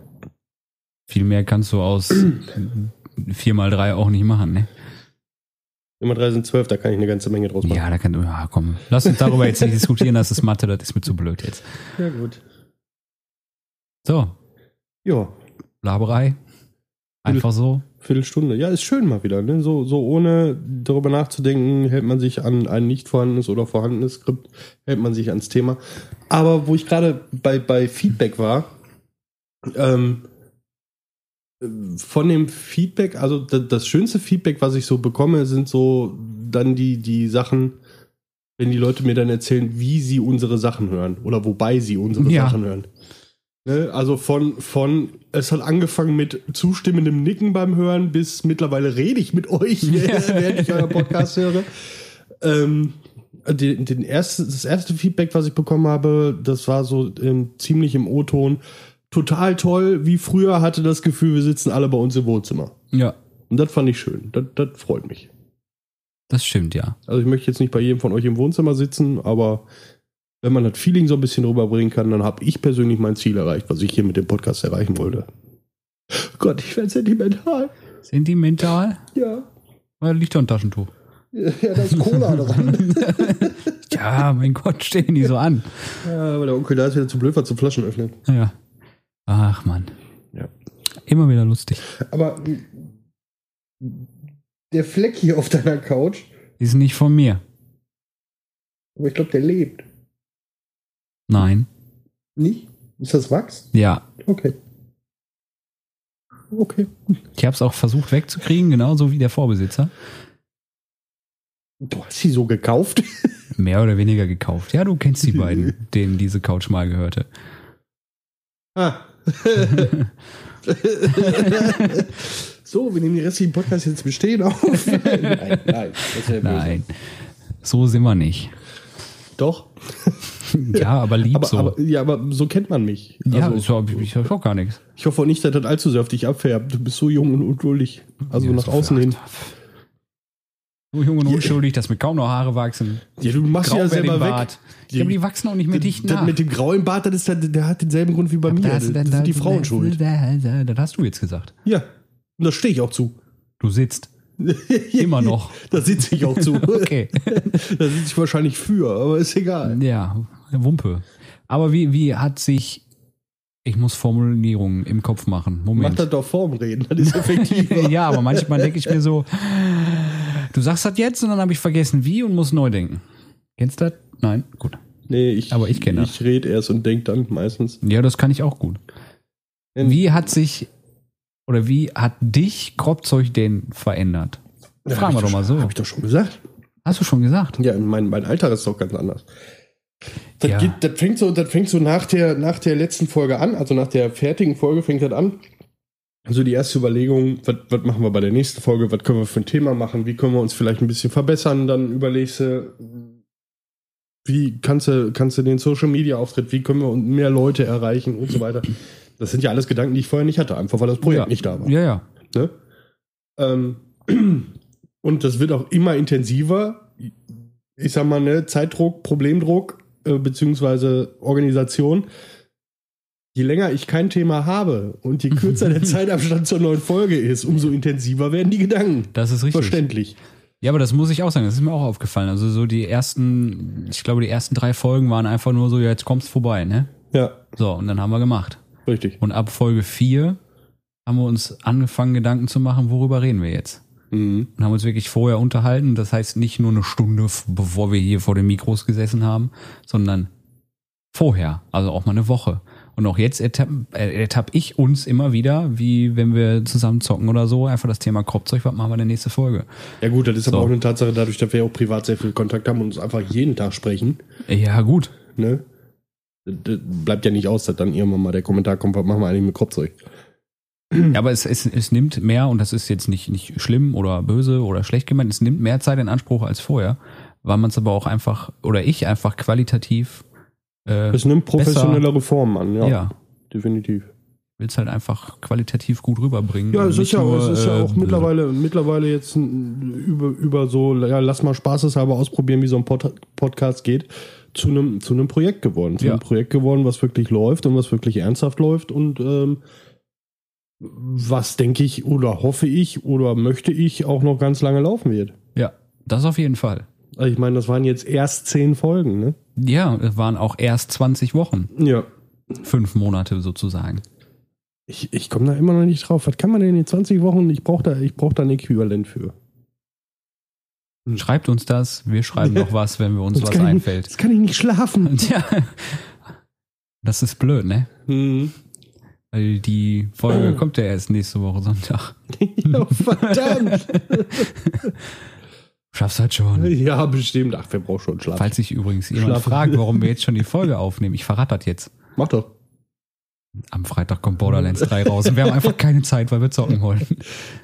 Speaker 1: Viel mehr kannst du aus 4x3 auch nicht machen, ne?
Speaker 2: Immer drei sind zwölf, da kann ich eine ganze Menge draus machen.
Speaker 1: Ja, da kann du. Ja, komm. Lass uns darüber jetzt nicht diskutieren, das ist Mathe, das ist mir zu blöd jetzt.
Speaker 2: Ja, gut.
Speaker 1: So,
Speaker 2: Ja,
Speaker 1: Laberei. Einfach so.
Speaker 2: Viertelstunde. Ja, ist schön mal wieder. Ne? So, so ohne darüber nachzudenken, hält man sich an ein nicht vorhandenes oder vorhandenes Skript, hält man sich ans Thema. Aber wo ich gerade bei, bei Feedback war, ähm, von dem Feedback, also da- das schönste Feedback, was ich so bekomme, sind so dann die, die Sachen, wenn die Leute mir dann erzählen, wie sie unsere Sachen hören oder wobei sie unsere
Speaker 1: Ja.
Speaker 2: Sachen hören. Ne? Also von, von, es hat angefangen mit zustimmendem Nicken beim Hören bis mittlerweile rede ich mit euch, während ich euer Podcast höre. Ähm, den, den ersten, das erste Feedback, was ich bekommen habe, das war so ähm, ziemlich im O-Ton. Total toll, wie früher hatte das Gefühl, wir sitzen alle bei uns im Wohnzimmer.
Speaker 1: Ja,
Speaker 2: Und das fand ich schön. Das, das freut mich.
Speaker 1: das stimmt, ja.
Speaker 2: Also ich möchte jetzt nicht bei jedem von euch im Wohnzimmer sitzen, aber wenn man das Feeling so ein bisschen rüberbringen kann, dann habe ich persönlich mein Ziel erreicht, was ich hier mit dem Podcast erreichen wollte. Gott, ich werde sentimental.
Speaker 1: Sentimental?
Speaker 2: Ja,
Speaker 1: Oder liegt da ein Taschentuch?
Speaker 2: ja da ist Cola dran.
Speaker 1: Ja, mein Gott, stehen die so an.
Speaker 2: ja, aber der Onkel da ist wieder zu blöd, war zum Flaschen öffnen.
Speaker 1: Ja. Ach, Mann.
Speaker 2: Ja.
Speaker 1: Immer wieder lustig.
Speaker 2: Aber der Fleck hier auf deiner Couch,
Speaker 1: Ist nicht von mir.
Speaker 2: aber ich glaube, der lebt.
Speaker 1: Nein.
Speaker 2: Nicht? Ist das Wachs?
Speaker 1: Ja.
Speaker 2: Okay. Okay.
Speaker 1: Ich habe es auch versucht wegzukriegen, genauso wie der Vorbesitzer.
Speaker 2: Du hast sie so gekauft?
Speaker 1: Mehr oder weniger gekauft. Ja, du kennst die beiden, denen diese Couch mal gehörte.
Speaker 2: Ah. so, wir nehmen den restlichen Podcast jetzt bestehen auf. nein, nein. Das wär böse.
Speaker 1: Nein. So sind wir nicht.
Speaker 2: Doch.
Speaker 1: Ja, aber lieb
Speaker 2: Aber,
Speaker 1: so.
Speaker 2: aber, ja, aber so kennt man mich.
Speaker 1: ja,
Speaker 2: also,
Speaker 1: so, ich, ich hab auch gar nichts.
Speaker 2: ich hoffe auch nicht, dass das allzu sehr auf dich abfärbt. Du bist so jung und unschuldig. Also
Speaker 1: Ja,
Speaker 2: nach
Speaker 1: so
Speaker 2: außen hin.
Speaker 1: So jung und unschuldig, dass mir kaum noch Haare wachsen.
Speaker 2: Ja, du machst
Speaker 1: Grau
Speaker 2: sie ja
Speaker 1: ja
Speaker 2: selber weg.
Speaker 1: Bart. Ich glaube, die wachsen auch nicht mehr dicht
Speaker 2: Das
Speaker 1: nach.
Speaker 2: mit dem grauen Bart, das ist der, der hat denselben Grund wie bei mir. Das, sind die Frauen schuld.
Speaker 1: Das hast du jetzt gesagt.
Speaker 2: Ja, und da stehe ich auch zu.
Speaker 1: Du sitzt. Immer noch.
Speaker 2: Da sitze ich auch zu.
Speaker 1: Okay.
Speaker 2: Da sitze ich wahrscheinlich für, aber ist egal.
Speaker 1: ja, Wumpe. Aber wie, wie hat sich. Ich muss Formulierungen im Kopf machen.
Speaker 2: Mach
Speaker 1: Moment.
Speaker 2: das doch vorm Reden, das ist effektiver.
Speaker 1: Ja, aber manchmal denke ich mir so, du sagst das jetzt und dann habe ich vergessen wie und muss neu denken. Kennst du das? Nein? Gut.
Speaker 2: Nee, ich,
Speaker 1: Aber ich kenn das.
Speaker 2: Ich rede erst und denke dann meistens.
Speaker 1: Ja, das kann ich auch gut. Wie hat sich oder wie hat dich Kropzeug denn verändert? Fragen wir doch mal so.
Speaker 2: Habe ich doch schon gesagt.
Speaker 1: Hast du schon gesagt?
Speaker 2: Ja, mein, mein Alltag ist doch ganz anders. Das,
Speaker 1: Ja.
Speaker 2: geht, das fängt so, das fängt so nach, der, nach der letzten Folge an, also nach der fertigen Folge fängt das an. Also die erste Überlegung, was, was machen wir bei der nächsten Folge, was können wir für ein Thema machen, wie können wir uns vielleicht ein bisschen verbessern, dann überlegst du, wie kannst du, kannst du den Social-Media-Auftritt, wie können wir mehr Leute erreichen und so weiter. Das sind ja alles Gedanken, die ich vorher nicht hatte, einfach weil das Projekt
Speaker 1: ja.
Speaker 2: nicht da war.
Speaker 1: Ja, ja.
Speaker 2: Ne? Ähm, und das wird auch immer intensiver. Ich sag mal, ne, Zeitdruck, Problemdruck, äh, beziehungsweise Organisation. Je länger ich kein Thema habe und je kürzer der Zeitabstand zur neuen Folge ist, umso intensiver werden die Gedanken.
Speaker 1: Das ist richtig.
Speaker 2: Verständlich.
Speaker 1: Ja, aber das muss ich auch sagen, das ist mir auch aufgefallen. Also so die ersten, ich glaube, die ersten drei Folgen waren einfach nur so, ja, jetzt kommst vorbei, ne?
Speaker 2: Ja,
Speaker 1: So, und dann haben wir gemacht.
Speaker 2: richtig.
Speaker 1: Und ab Folge 4 haben wir uns angefangen, Gedanken zu machen, worüber reden wir jetzt?
Speaker 2: Mhm.
Speaker 1: Und haben uns wirklich vorher unterhalten. Das heißt, nicht nur eine Stunde, f- bevor wir hier vor den Mikros gesessen haben, sondern vorher, also auch mal eine Woche. Und auch jetzt ertapp, äh, ertapp ich uns immer wieder, wie wenn wir zusammen zocken oder so, einfach das Thema Kropfzeug, was machen wir in der nächsten Folge?
Speaker 2: Ja, gut, das ist aber
Speaker 1: So.
Speaker 2: auch eine Tatsache, dadurch, dass wir auch privat sehr viel Kontakt haben und uns einfach jeden Tag sprechen.
Speaker 1: Ja, gut.
Speaker 2: Ne? Das bleibt ja nicht aus, dass dann irgendwann mal der Kommentar kommt, was machen wir eigentlich mit Kropfzeug?
Speaker 1: Ja, aber es, es, es nimmt mehr, und das ist jetzt nicht, nicht schlimm oder böse oder schlecht gemeint, es nimmt mehr Zeit in Anspruch als vorher, weil man es aber auch einfach, oder ich einfach qualitativ, äh,
Speaker 2: Das nimmt professionellere Form an,
Speaker 1: ja,
Speaker 2: ja. definitiv.
Speaker 1: will es halt einfach qualitativ gut rüberbringen.
Speaker 2: Ja,
Speaker 1: und
Speaker 2: es ist
Speaker 1: nicht
Speaker 2: ja,
Speaker 1: nur,
Speaker 2: es ist ja
Speaker 1: äh,
Speaker 2: auch mittlerweile, mittlerweile jetzt ein- über, über so, ja, lass mal spaßeshalber ausprobieren, wie so ein Pod Podcast geht, zu einem, zu einem Projekt geworden. Zu
Speaker 1: Ja.
Speaker 2: einem Projekt geworden, was wirklich läuft und was wirklich ernsthaft läuft und ähm, was denke ich oder hoffe ich oder möchte ich auch noch ganz lange laufen wird.
Speaker 1: Ja, das auf jeden Fall.
Speaker 2: Also ich meine, das waren jetzt erst zehn Folgen, ne?
Speaker 1: Ja, es waren auch erst 20 Wochen,
Speaker 2: Ja.
Speaker 1: fünf Monate sozusagen.
Speaker 2: Ich, ich komme da immer noch nicht drauf. Was kann man denn in 20 Wochen? Ich brauche da, ich brauch da ein Äquivalent für.
Speaker 1: Schreibt uns das, wir schreiben noch was, wenn wir uns
Speaker 2: Sonst
Speaker 1: was
Speaker 2: kann ich-
Speaker 1: einfällt.
Speaker 2: Jetzt kann ich nicht schlafen.
Speaker 1: Tja, das ist blöd, ne? Weil die Folge kommt ja erst nächste Woche Sonntag.
Speaker 2: ja, verdammt.
Speaker 1: Schaffst halt schon.
Speaker 2: ja, bestimmt. Ach, wer braucht schon Schlaf?
Speaker 1: Falls sich übrigens jemand
Speaker 2: Schlafen.
Speaker 1: fragt, warum wir jetzt schon die Folge aufnehmen, ich verrate das jetzt.
Speaker 2: Mach doch.
Speaker 1: Am Freitag kommt Borderlands 3 raus und wir haben einfach keine Zeit, weil wir zocken wollen.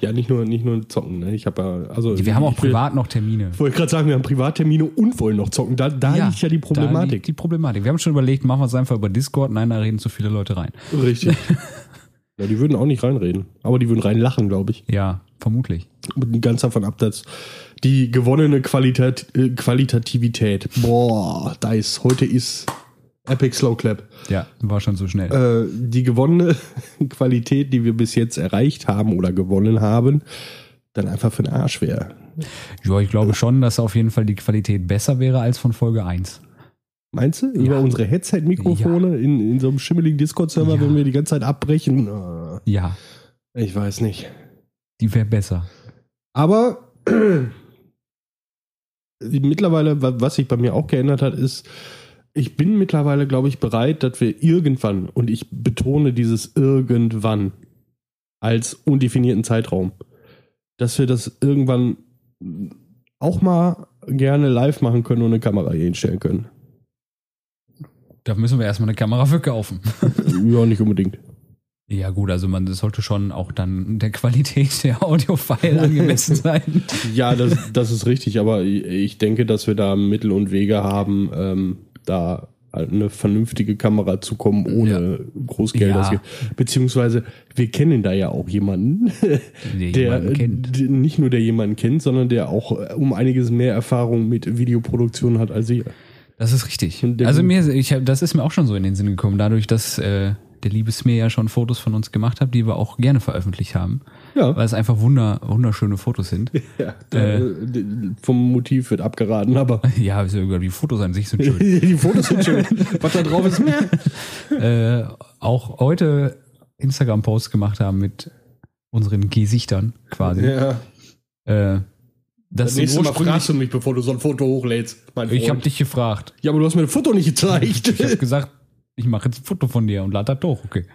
Speaker 2: Ja, nicht nur, nicht nur zocken. Ne? Ich habe ja, also.
Speaker 1: Wir haben auch
Speaker 2: ich will-
Speaker 1: privat noch Termine.
Speaker 2: Ich wollte gerade sagen, wir haben Privattermine und wollen noch zocken. Da, da liegt ja die
Speaker 1: Da liegt
Speaker 2: Problematik.
Speaker 1: die Problematik. Wir haben schon überlegt, machen wir es einfach über Discord. Nein, da reden zu viele Leute rein.
Speaker 2: Richtig. ja, die würden auch nicht reinreden. Aber die würden reinlachen, glaube ich.
Speaker 1: Ja, vermutlich.
Speaker 2: Und die ganz davon ab, dass die gewonnene Qualitat, äh, Qualitativität. Boah, da ist, heute ist Epic Slow Clap.
Speaker 1: Ja, war schon zu schnell.
Speaker 2: äh, die gewonnene Qualität, die wir bis jetzt erreicht haben oder gewonnen haben, dann einfach für den Arsch wäre.
Speaker 1: ja, ich glaube schon, dass auf jeden Fall die Qualität besser wäre als von Folge 1.
Speaker 2: Meinst du? Über
Speaker 1: Ja.
Speaker 2: unsere Headset-Mikrofone in, in so einem schimmeligen Discord-Server,
Speaker 1: Ja.
Speaker 2: wenn wir die ganze Zeit abbrechen? Äh,
Speaker 1: Ja,
Speaker 2: Ich weiß nicht.
Speaker 1: die wäre besser.
Speaker 2: Aber mittlerweile, wa- was sich bei mir auch geändert hat, ist, ich bin mittlerweile, glaube ich, bereit, dass wir irgendwann, und ich betone dieses irgendwann als undefinierten Zeitraum, dass wir das irgendwann auch mal gerne live machen können und eine Kamera hier hinstellen können.
Speaker 1: Da müssen wir erstmal eine Kamera für kaufen.
Speaker 2: ja, nicht unbedingt.
Speaker 1: Ja, gut, also man sollte schon auch dann der Qualität der Audiofile angemessen sein.
Speaker 2: Ja, das, das ist richtig, aber ich- ich denke, dass wir da Mittel und Wege haben, ähm, da halt eine vernünftige Kamera zu kommen, ohne Großgeld.
Speaker 1: Ja.
Speaker 2: ausgeben. Beziehungsweise, wir kennen da ja auch jemanden,
Speaker 1: Der,
Speaker 2: der äh,
Speaker 1: jemanden kennt.
Speaker 2: d- nicht nur der jemanden kennt, sondern der auch äh, um einiges mehr Erfahrung mit Videoproduktion hat als ich.
Speaker 1: Das ist richtig.
Speaker 2: Und der-
Speaker 1: Also mir, ich hab, das ist mir auch schon so in den Sinn gekommen, dadurch, dass äh, der liebe Smir ja schon Fotos von uns gemacht hat, die wir auch gerne veröffentlicht haben,
Speaker 2: Ja,
Speaker 1: weil es einfach wunder, wunderschöne Fotos sind.
Speaker 2: ja äh, d- d- vom Motiv wird abgeraten, aber
Speaker 1: Ja, ist ja egal, die Fotos an sich sind schön.
Speaker 2: die Fotos sind schön. Was da drauf ist, mehr.
Speaker 1: äh, auch heute Instagram-Posts gemacht haben mit unseren Gesichtern quasi.
Speaker 2: Ja.
Speaker 1: Äh, das sind
Speaker 2: Nächstes Mal
Speaker 1: ursprünglich,
Speaker 2: fragst du mich, bevor du so ein Foto hochlädst. Mein
Speaker 1: ich habe
Speaker 2: Freund.
Speaker 1: dich gefragt.
Speaker 2: Ja, aber du hast mir ein Foto nicht gezeigt.
Speaker 1: Ich habe gesagt, ich mache jetzt ein Foto von dir und lade das hoch. Okay.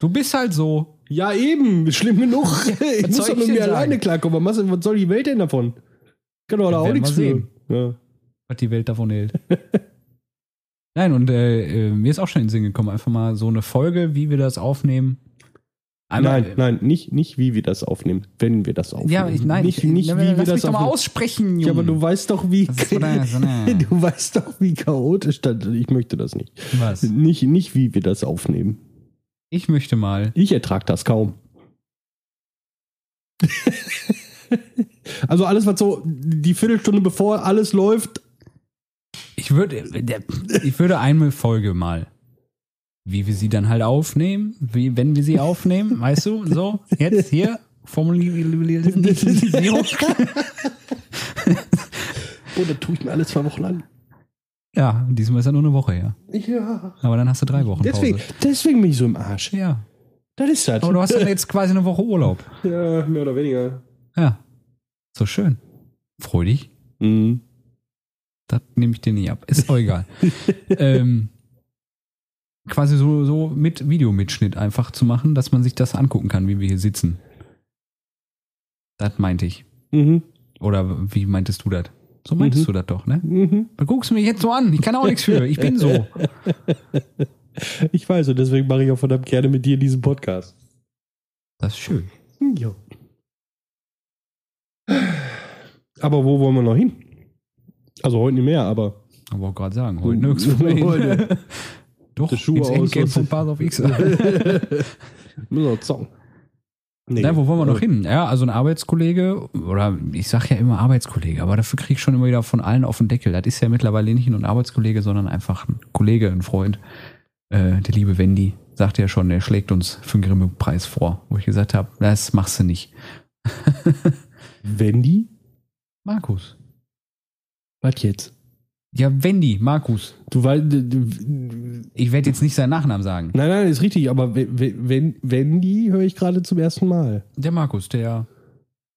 Speaker 1: Du bist halt so.
Speaker 2: ja, eben. Schlimm genug. Ich muss
Speaker 1: soll
Speaker 2: doch
Speaker 1: ich
Speaker 2: mit
Speaker 1: denn
Speaker 2: mir
Speaker 1: sagen?
Speaker 2: alleine klarkommen. Was, was soll die Welt denn davon? Kann doch da auch
Speaker 1: werden
Speaker 2: nichts
Speaker 1: wir
Speaker 2: für. Ja.
Speaker 1: was die Welt davon hält. Nein, und äh, äh, mir ist auch schon in den Sinn gekommen, einfach mal so eine Folge, wie wir das aufnehmen, Einmal-
Speaker 2: nein, nein, nicht, nicht wie wir das aufnehmen, wenn wir das aufnehmen.
Speaker 1: Ja, ich, nein,
Speaker 2: nicht,
Speaker 1: ich,
Speaker 2: nicht
Speaker 1: na,
Speaker 2: wie wir
Speaker 1: lass
Speaker 2: das
Speaker 1: mich doch mal
Speaker 2: aufnehmen.
Speaker 1: aussprechen, Junge.
Speaker 2: Ja, aber du weißt doch, wie
Speaker 1: Das war da- so eine-
Speaker 2: du weißt doch, wie chaotisch das. Ich möchte das nicht.
Speaker 1: Was?
Speaker 2: Nicht, nicht wie wir das aufnehmen.
Speaker 1: Ich möchte mal.
Speaker 2: Ich ertrage das kaum. also alles, was so die Viertelstunde bevor alles läuft,
Speaker 1: Ich würde, ich würde einmal Folge mal. Wie wir sie dann halt aufnehmen, wie, wenn wir sie aufnehmen, weißt du, so, jetzt hier, Formulierung.
Speaker 2: oh, das tue ich mir alle zwei Wochen an.
Speaker 1: Ja, diesmal ist ja nur eine Woche her.
Speaker 2: Ja.
Speaker 1: Aber dann hast du drei Wochen
Speaker 2: Deswegen,
Speaker 1: Pause.
Speaker 2: deswegen bin ich so im Arsch.
Speaker 1: Ja.
Speaker 2: Das ist halt das.
Speaker 1: Aber du hast dann jetzt quasi eine Woche Urlaub.
Speaker 2: ja, mehr oder weniger.
Speaker 1: Ja. So schön. Freu dich.
Speaker 2: Mhm.
Speaker 1: Das nehme ich dir nicht ab. Ist auch egal. ähm, quasi so, so mit Videomitschnitt einfach zu machen, dass man sich das angucken kann, wie wir hier sitzen. Das meinte ich.
Speaker 2: Mhm.
Speaker 1: Oder wie meintest du das? So meintest
Speaker 2: Mhm.
Speaker 1: du das doch, ne?
Speaker 2: Mhm.
Speaker 1: Du guckst mich jetzt so an. Ich kann auch nichts für. Ich bin so.
Speaker 2: Ich weiß und deswegen mache ich auch verdammt gerne mit dir diesen Podcast.
Speaker 1: Das ist schön.
Speaker 2: Hm, Jo. Aber wo wollen wir noch hin? Also heute nicht mehr, aber
Speaker 1: Aber wollte gerade sagen, heute
Speaker 2: Mhm.
Speaker 1: nirgends von hin.
Speaker 2: Heute.
Speaker 1: Doch,
Speaker 2: Die Schuhe
Speaker 1: ins Endgame
Speaker 2: aus,
Speaker 1: von
Speaker 2: was-
Speaker 1: Path of X.
Speaker 2: müssen wir zocken. Nee.
Speaker 1: Na, wo wollen wir noch
Speaker 2: Äh,
Speaker 1: hin? Ja, also ein Arbeitskollege, oder ich sage ja immer Arbeitskollege, aber dafür krieg ich schon immer wieder von allen auf den Deckel. Das ist ja mittlerweile nicht nur ein Arbeitskollege, sondern einfach ein Kollege, ein Freund. Äh, der liebe Wendy sagte ja schon, er schlägt uns für einen Grimme-Preis vor, wo ich gesagt habe, das machst du nicht.
Speaker 2: Wendy?
Speaker 1: Markus.
Speaker 2: Was jetzt?
Speaker 1: Ja, Wendy, Markus.
Speaker 2: Du weißt. d- d- Nein,
Speaker 1: Ich werde jetzt nicht seinen Nachnamen sagen.
Speaker 2: nein, ist richtig, aber we- we- wenn, Wendy höre ich gerade zum ersten Mal.
Speaker 1: Der Markus, der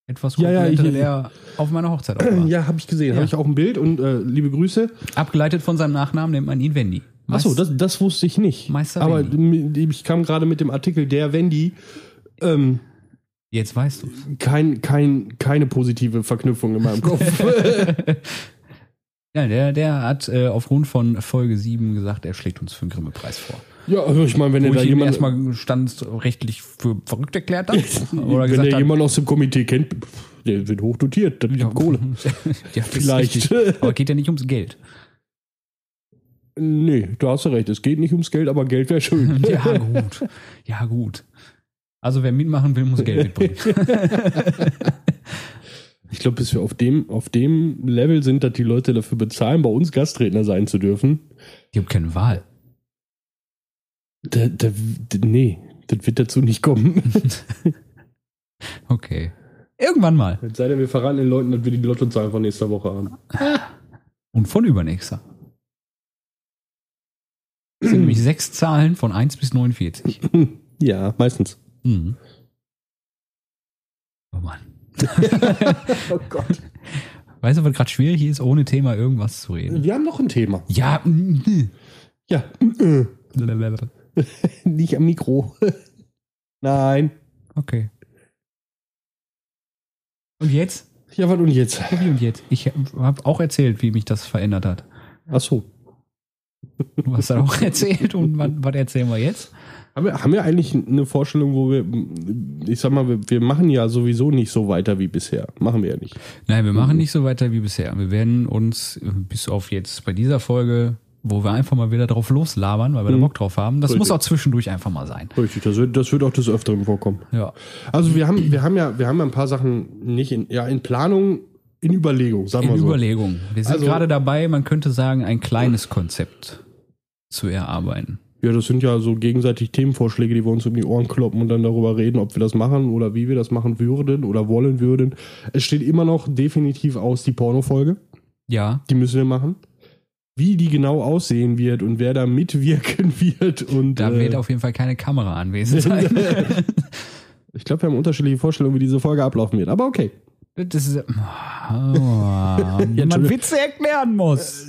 Speaker 1: etwas
Speaker 2: Ja, ja, ich-
Speaker 1: korpulentere, der auf meiner Hochzeit auch war.
Speaker 2: Ja, habe ich gesehen. Habe
Speaker 1: Ja.
Speaker 2: ich auch ein Bild und äh, liebe Grüße.
Speaker 1: Abgeleitet von seinem Nachnamen nennt man ihn Wendy.
Speaker 2: Achso, das, das wusste ich nicht.
Speaker 1: Meister
Speaker 2: Aber
Speaker 1: Wendy.
Speaker 2: m- ich kam gerade mit dem Artikel der Wendy. Ähm,
Speaker 1: Jetzt weißt du's.
Speaker 2: kein, kein, keine positive Verknüpfung in meinem Kopf.
Speaker 1: Ja, der, der hat äh, aufgrund von Folge 7 gesagt, er schlägt uns für einen Grimme-Preis vor.
Speaker 2: ja, also ich meine, wenn
Speaker 1: Wo
Speaker 2: er da
Speaker 1: ich ihn
Speaker 2: jemand,
Speaker 1: erstmal standrechtlich für verrückt erklärt habe. Oder
Speaker 2: wenn
Speaker 1: gesagt
Speaker 2: er
Speaker 1: habe,
Speaker 2: jemand aus dem Komitee kennt, pff, der wird hochdotiert, dann gibt
Speaker 1: ja,
Speaker 2: Kohle.
Speaker 1: ja, das ist
Speaker 2: Vielleicht.
Speaker 1: richtig. Aber geht ja nicht ums Geld.
Speaker 2: Nee, du hast ja recht, es geht nicht ums Geld, aber Geld wäre schön.
Speaker 1: Ja, gut. Ja, gut. Also, wer mitmachen will, muss Geld mitbringen.
Speaker 2: Ich glaube, bis wir auf dem, auf dem Level sind, dass die Leute dafür bezahlen, bei uns Gastredner sein zu dürfen,
Speaker 1: Ich habe keine Wahl.
Speaker 2: da, da, da, nee, das wird dazu nicht kommen.
Speaker 1: Okay. Irgendwann mal.
Speaker 2: Es sei denn, wir verraten den Leuten, dass wir die Lottozahlen von nächster Woche haben.
Speaker 1: Und von übernächster. Das sind nämlich sechs Zahlen von 1 bis 49.
Speaker 2: Ja, meistens.
Speaker 1: Mhm. Oh Mann.
Speaker 2: Oh Gott.
Speaker 1: Weißt du, was gerade schwierig ist, ohne Thema irgendwas zu reden?
Speaker 2: Wir haben noch ein Thema.
Speaker 1: Ja.
Speaker 2: Ja, nicht am Mikro. Nein.
Speaker 1: Okay. Und jetzt?
Speaker 2: Ja, was und jetzt?
Speaker 1: Wie und jetzt? Ich habe auch erzählt, wie mich das verändert hat.
Speaker 2: Ach so.
Speaker 1: Du hast das auch erzählt und was, was erzählen wir jetzt?
Speaker 2: Haben wir, haben wir eigentlich eine Vorstellung, wo wir, ich sag mal, wir, wir machen ja sowieso nicht so weiter wie bisher. Machen wir ja nicht.
Speaker 1: Nein, wir machen nicht so weiter wie bisher. Wir werden uns äh, bis auf jetzt bei dieser Folge, wo wir einfach mal wieder drauf loslabern, weil wir da Bock drauf haben. Das
Speaker 2: Richtig.
Speaker 1: muss auch zwischendurch einfach mal sein.
Speaker 2: Richtig, das wird, das wird auch des Öfteren vorkommen.
Speaker 1: Ja.
Speaker 2: Also wir haben, wir haben ja, wir haben ja ein paar Sachen nicht in, ja, in Planung, in Überlegung, sagen
Speaker 1: In
Speaker 2: wir so.
Speaker 1: Überlegung. Wir sind
Speaker 2: Also-
Speaker 1: gerade dabei, man könnte sagen, ein kleines Konzept zu erarbeiten.
Speaker 2: Ja, das sind ja so gegenseitig Themenvorschläge, die wir uns um die Ohren kloppen und dann darüber reden, ob wir das machen oder wie wir das machen würden oder wollen würden. Es steht immer noch definitiv aus die Pornofolge.
Speaker 1: Ja,
Speaker 2: Die müssen wir machen. Wie die genau aussehen wird und wer da mitwirken wird und
Speaker 1: da
Speaker 2: äh,
Speaker 1: wird auf jeden Fall keine Kamera anwesend sein.
Speaker 2: ich glaube, wir haben unterschiedliche Vorstellungen, wie diese Folge ablaufen wird. Aber okay.
Speaker 1: das ist, oh, wenn man
Speaker 2: Entschuldigung. Äh.
Speaker 1: Witze erklären muss.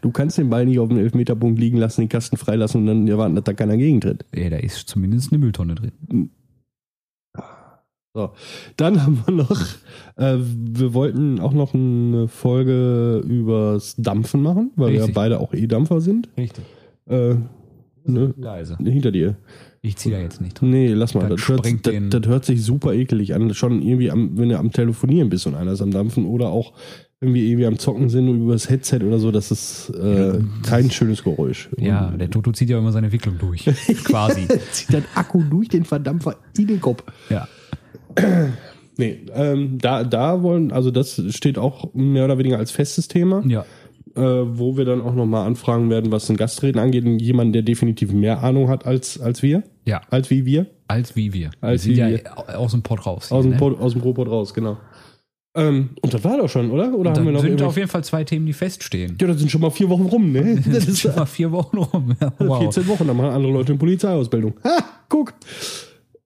Speaker 2: Du kannst den Ball nicht auf den Elfmeterpunkt liegen lassen, den Kasten freilassen und dann erwarten, dass da keiner gegentritt.
Speaker 1: Ja, da ist zumindest eine Mülltonne drin.
Speaker 2: So. Dann haben wir noch, äh, wir wollten auch noch eine Folge übers Dampfen machen, weil wir ja
Speaker 1: Richtig.
Speaker 2: beide auch E-Dampfer sind.
Speaker 1: Richtig.
Speaker 2: Äh, Ne?
Speaker 1: Leise.
Speaker 2: Hinter dir.
Speaker 1: Ich ziehe da jetzt nicht dran.
Speaker 2: Nee, lass mal.
Speaker 1: Das
Speaker 2: Das, hört,
Speaker 1: sprengt
Speaker 2: das,
Speaker 1: den-
Speaker 2: das hört sich super ekelig an. Schon irgendwie, am, wenn du am Telefonieren bist und einer ist am Dampfen oder auch wenn wir irgendwie am Zocken sind und über das Headset oder so, das ist äh, kein schönes Geräusch.
Speaker 1: Ja, der Toto zieht ja immer seine Entwicklung durch. Quasi.
Speaker 2: Zieht dein Akku durch den Verdampfer in den Kopf.
Speaker 1: Ja.
Speaker 2: Nee, ähm, da, da wollen, also das steht auch mehr oder weniger als festes Thema,
Speaker 1: Ja.
Speaker 2: äh, wo wir dann auch nochmal anfragen werden, was den Gastreden angeht. Jemanden, der definitiv mehr Ahnung hat als, als wir,
Speaker 1: Ja.
Speaker 2: als wie wir.
Speaker 1: Als wie wir.
Speaker 2: Als
Speaker 1: wir
Speaker 2: wie
Speaker 1: sind
Speaker 2: wir.
Speaker 1: ja au- aus dem Pott raus.
Speaker 2: Aus
Speaker 1: hier,
Speaker 2: dem,
Speaker 1: ne?
Speaker 2: Pod, aus dem Robot raus, genau. Ähm, und das war doch schon, oder? Oder
Speaker 1: Und
Speaker 2: haben
Speaker 1: Dann
Speaker 2: wir noch
Speaker 1: sind
Speaker 2: irgendwelche-
Speaker 1: auf jeden Fall zwei Themen, die feststehen.
Speaker 2: Ja, das sind schon mal vier Wochen rum, ne? Das
Speaker 1: sind
Speaker 2: ist
Speaker 1: schon mal vier Wochen rum. Ja, Wow.
Speaker 2: 14 Wochen, dann machen andere Leute eine Polizeiausbildung. Ha, guck.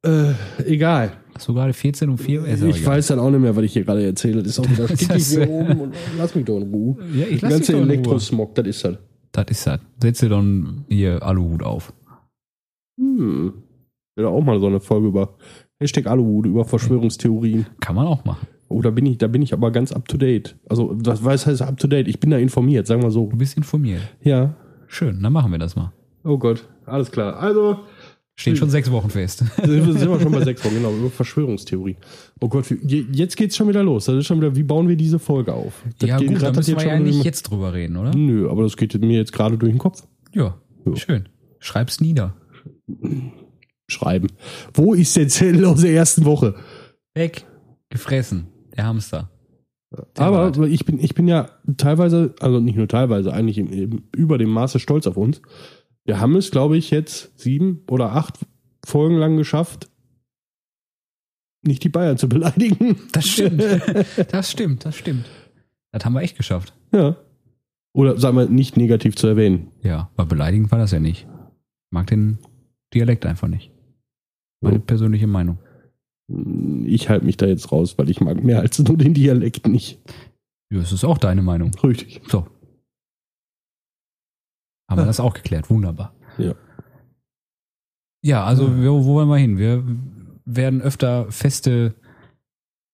Speaker 2: Äh, egal.
Speaker 1: Hast du gerade um 14 und 4?
Speaker 2: ich weiß dann auch nicht mehr, was ich hier gerade erzähle. Das ist auch wieder stickig
Speaker 1: Das-
Speaker 2: hier oben und lass mich doch in Ruhe.
Speaker 1: Ja, ich lass dich
Speaker 2: Ganze
Speaker 1: doch in Ruhe.
Speaker 2: Elektrosmog, das ist halt- das.
Speaker 1: Das ist das. Setz dir dann hier Aluhut auf.
Speaker 2: Hm. Wäre auch mal so eine Folge über Hashtag Aluhut, über Verschwörungstheorien.
Speaker 1: Kann man auch machen.
Speaker 2: Oh, da bin ich, da bin ich aber ganz up to date. Also, was, was heißt up to date? Ich bin da informiert, sagen wir so.
Speaker 1: Du bist informiert.
Speaker 2: Ja.
Speaker 1: Schön, dann machen wir das mal.
Speaker 2: Oh Gott, alles klar. Also,
Speaker 1: Stehen schon sechs Wochen fest.
Speaker 2: sind wir, sind wir schon bei sechs Wochen, genau, über Verschwörungstheorien. Oh Gott, wie- je- jetzt geht's schon wieder los. Das ist schon wieder, wie bauen wir diese Folge auf? Das
Speaker 1: ja
Speaker 2: geht-
Speaker 1: gut, dann
Speaker 2: rattert
Speaker 1: müssen wir
Speaker 2: schon Hm?
Speaker 1: ja nicht
Speaker 2: mit-
Speaker 1: jetzt drüber reden, oder?
Speaker 2: Nö, aber das geht mir jetzt gerade durch den Kopf.
Speaker 1: Ja, schön. Schreib's nieder.
Speaker 2: Schreiben. Wo ist der Zettel aus der ersten Woche?
Speaker 1: Weg. Gefressen. Der Hamster. Der
Speaker 2: Aber
Speaker 1: Wald.
Speaker 2: ich bin, ich bin ja teilweise, also nicht nur teilweise, eigentlich im, im, über dem Maße stolz auf uns. Wir haben es, glaube ich, jetzt sieben oder acht Folgen lang geschafft, nicht die Bayern zu beleidigen.
Speaker 1: Das stimmt. Das stimmt, das stimmt. Das haben wir echt geschafft.
Speaker 2: Ja. Oder sagen wir, nicht negativ zu erwähnen.
Speaker 1: Ja, aber beleidigend war das ja nicht. Mag den Dialekt einfach nicht. Meine
Speaker 2: So.
Speaker 1: persönliche Meinung.
Speaker 2: Ich halte mich da jetzt raus, weil ich mag mehr als nur den Dialekt nicht.
Speaker 1: Ja, es ist auch deine Meinung.
Speaker 2: Richtig.
Speaker 1: So. Haben wir das auch geklärt. Wunderbar.
Speaker 2: Ja.
Speaker 1: Ja, also Wo, wo wollen wir hin? Wir werden öfter feste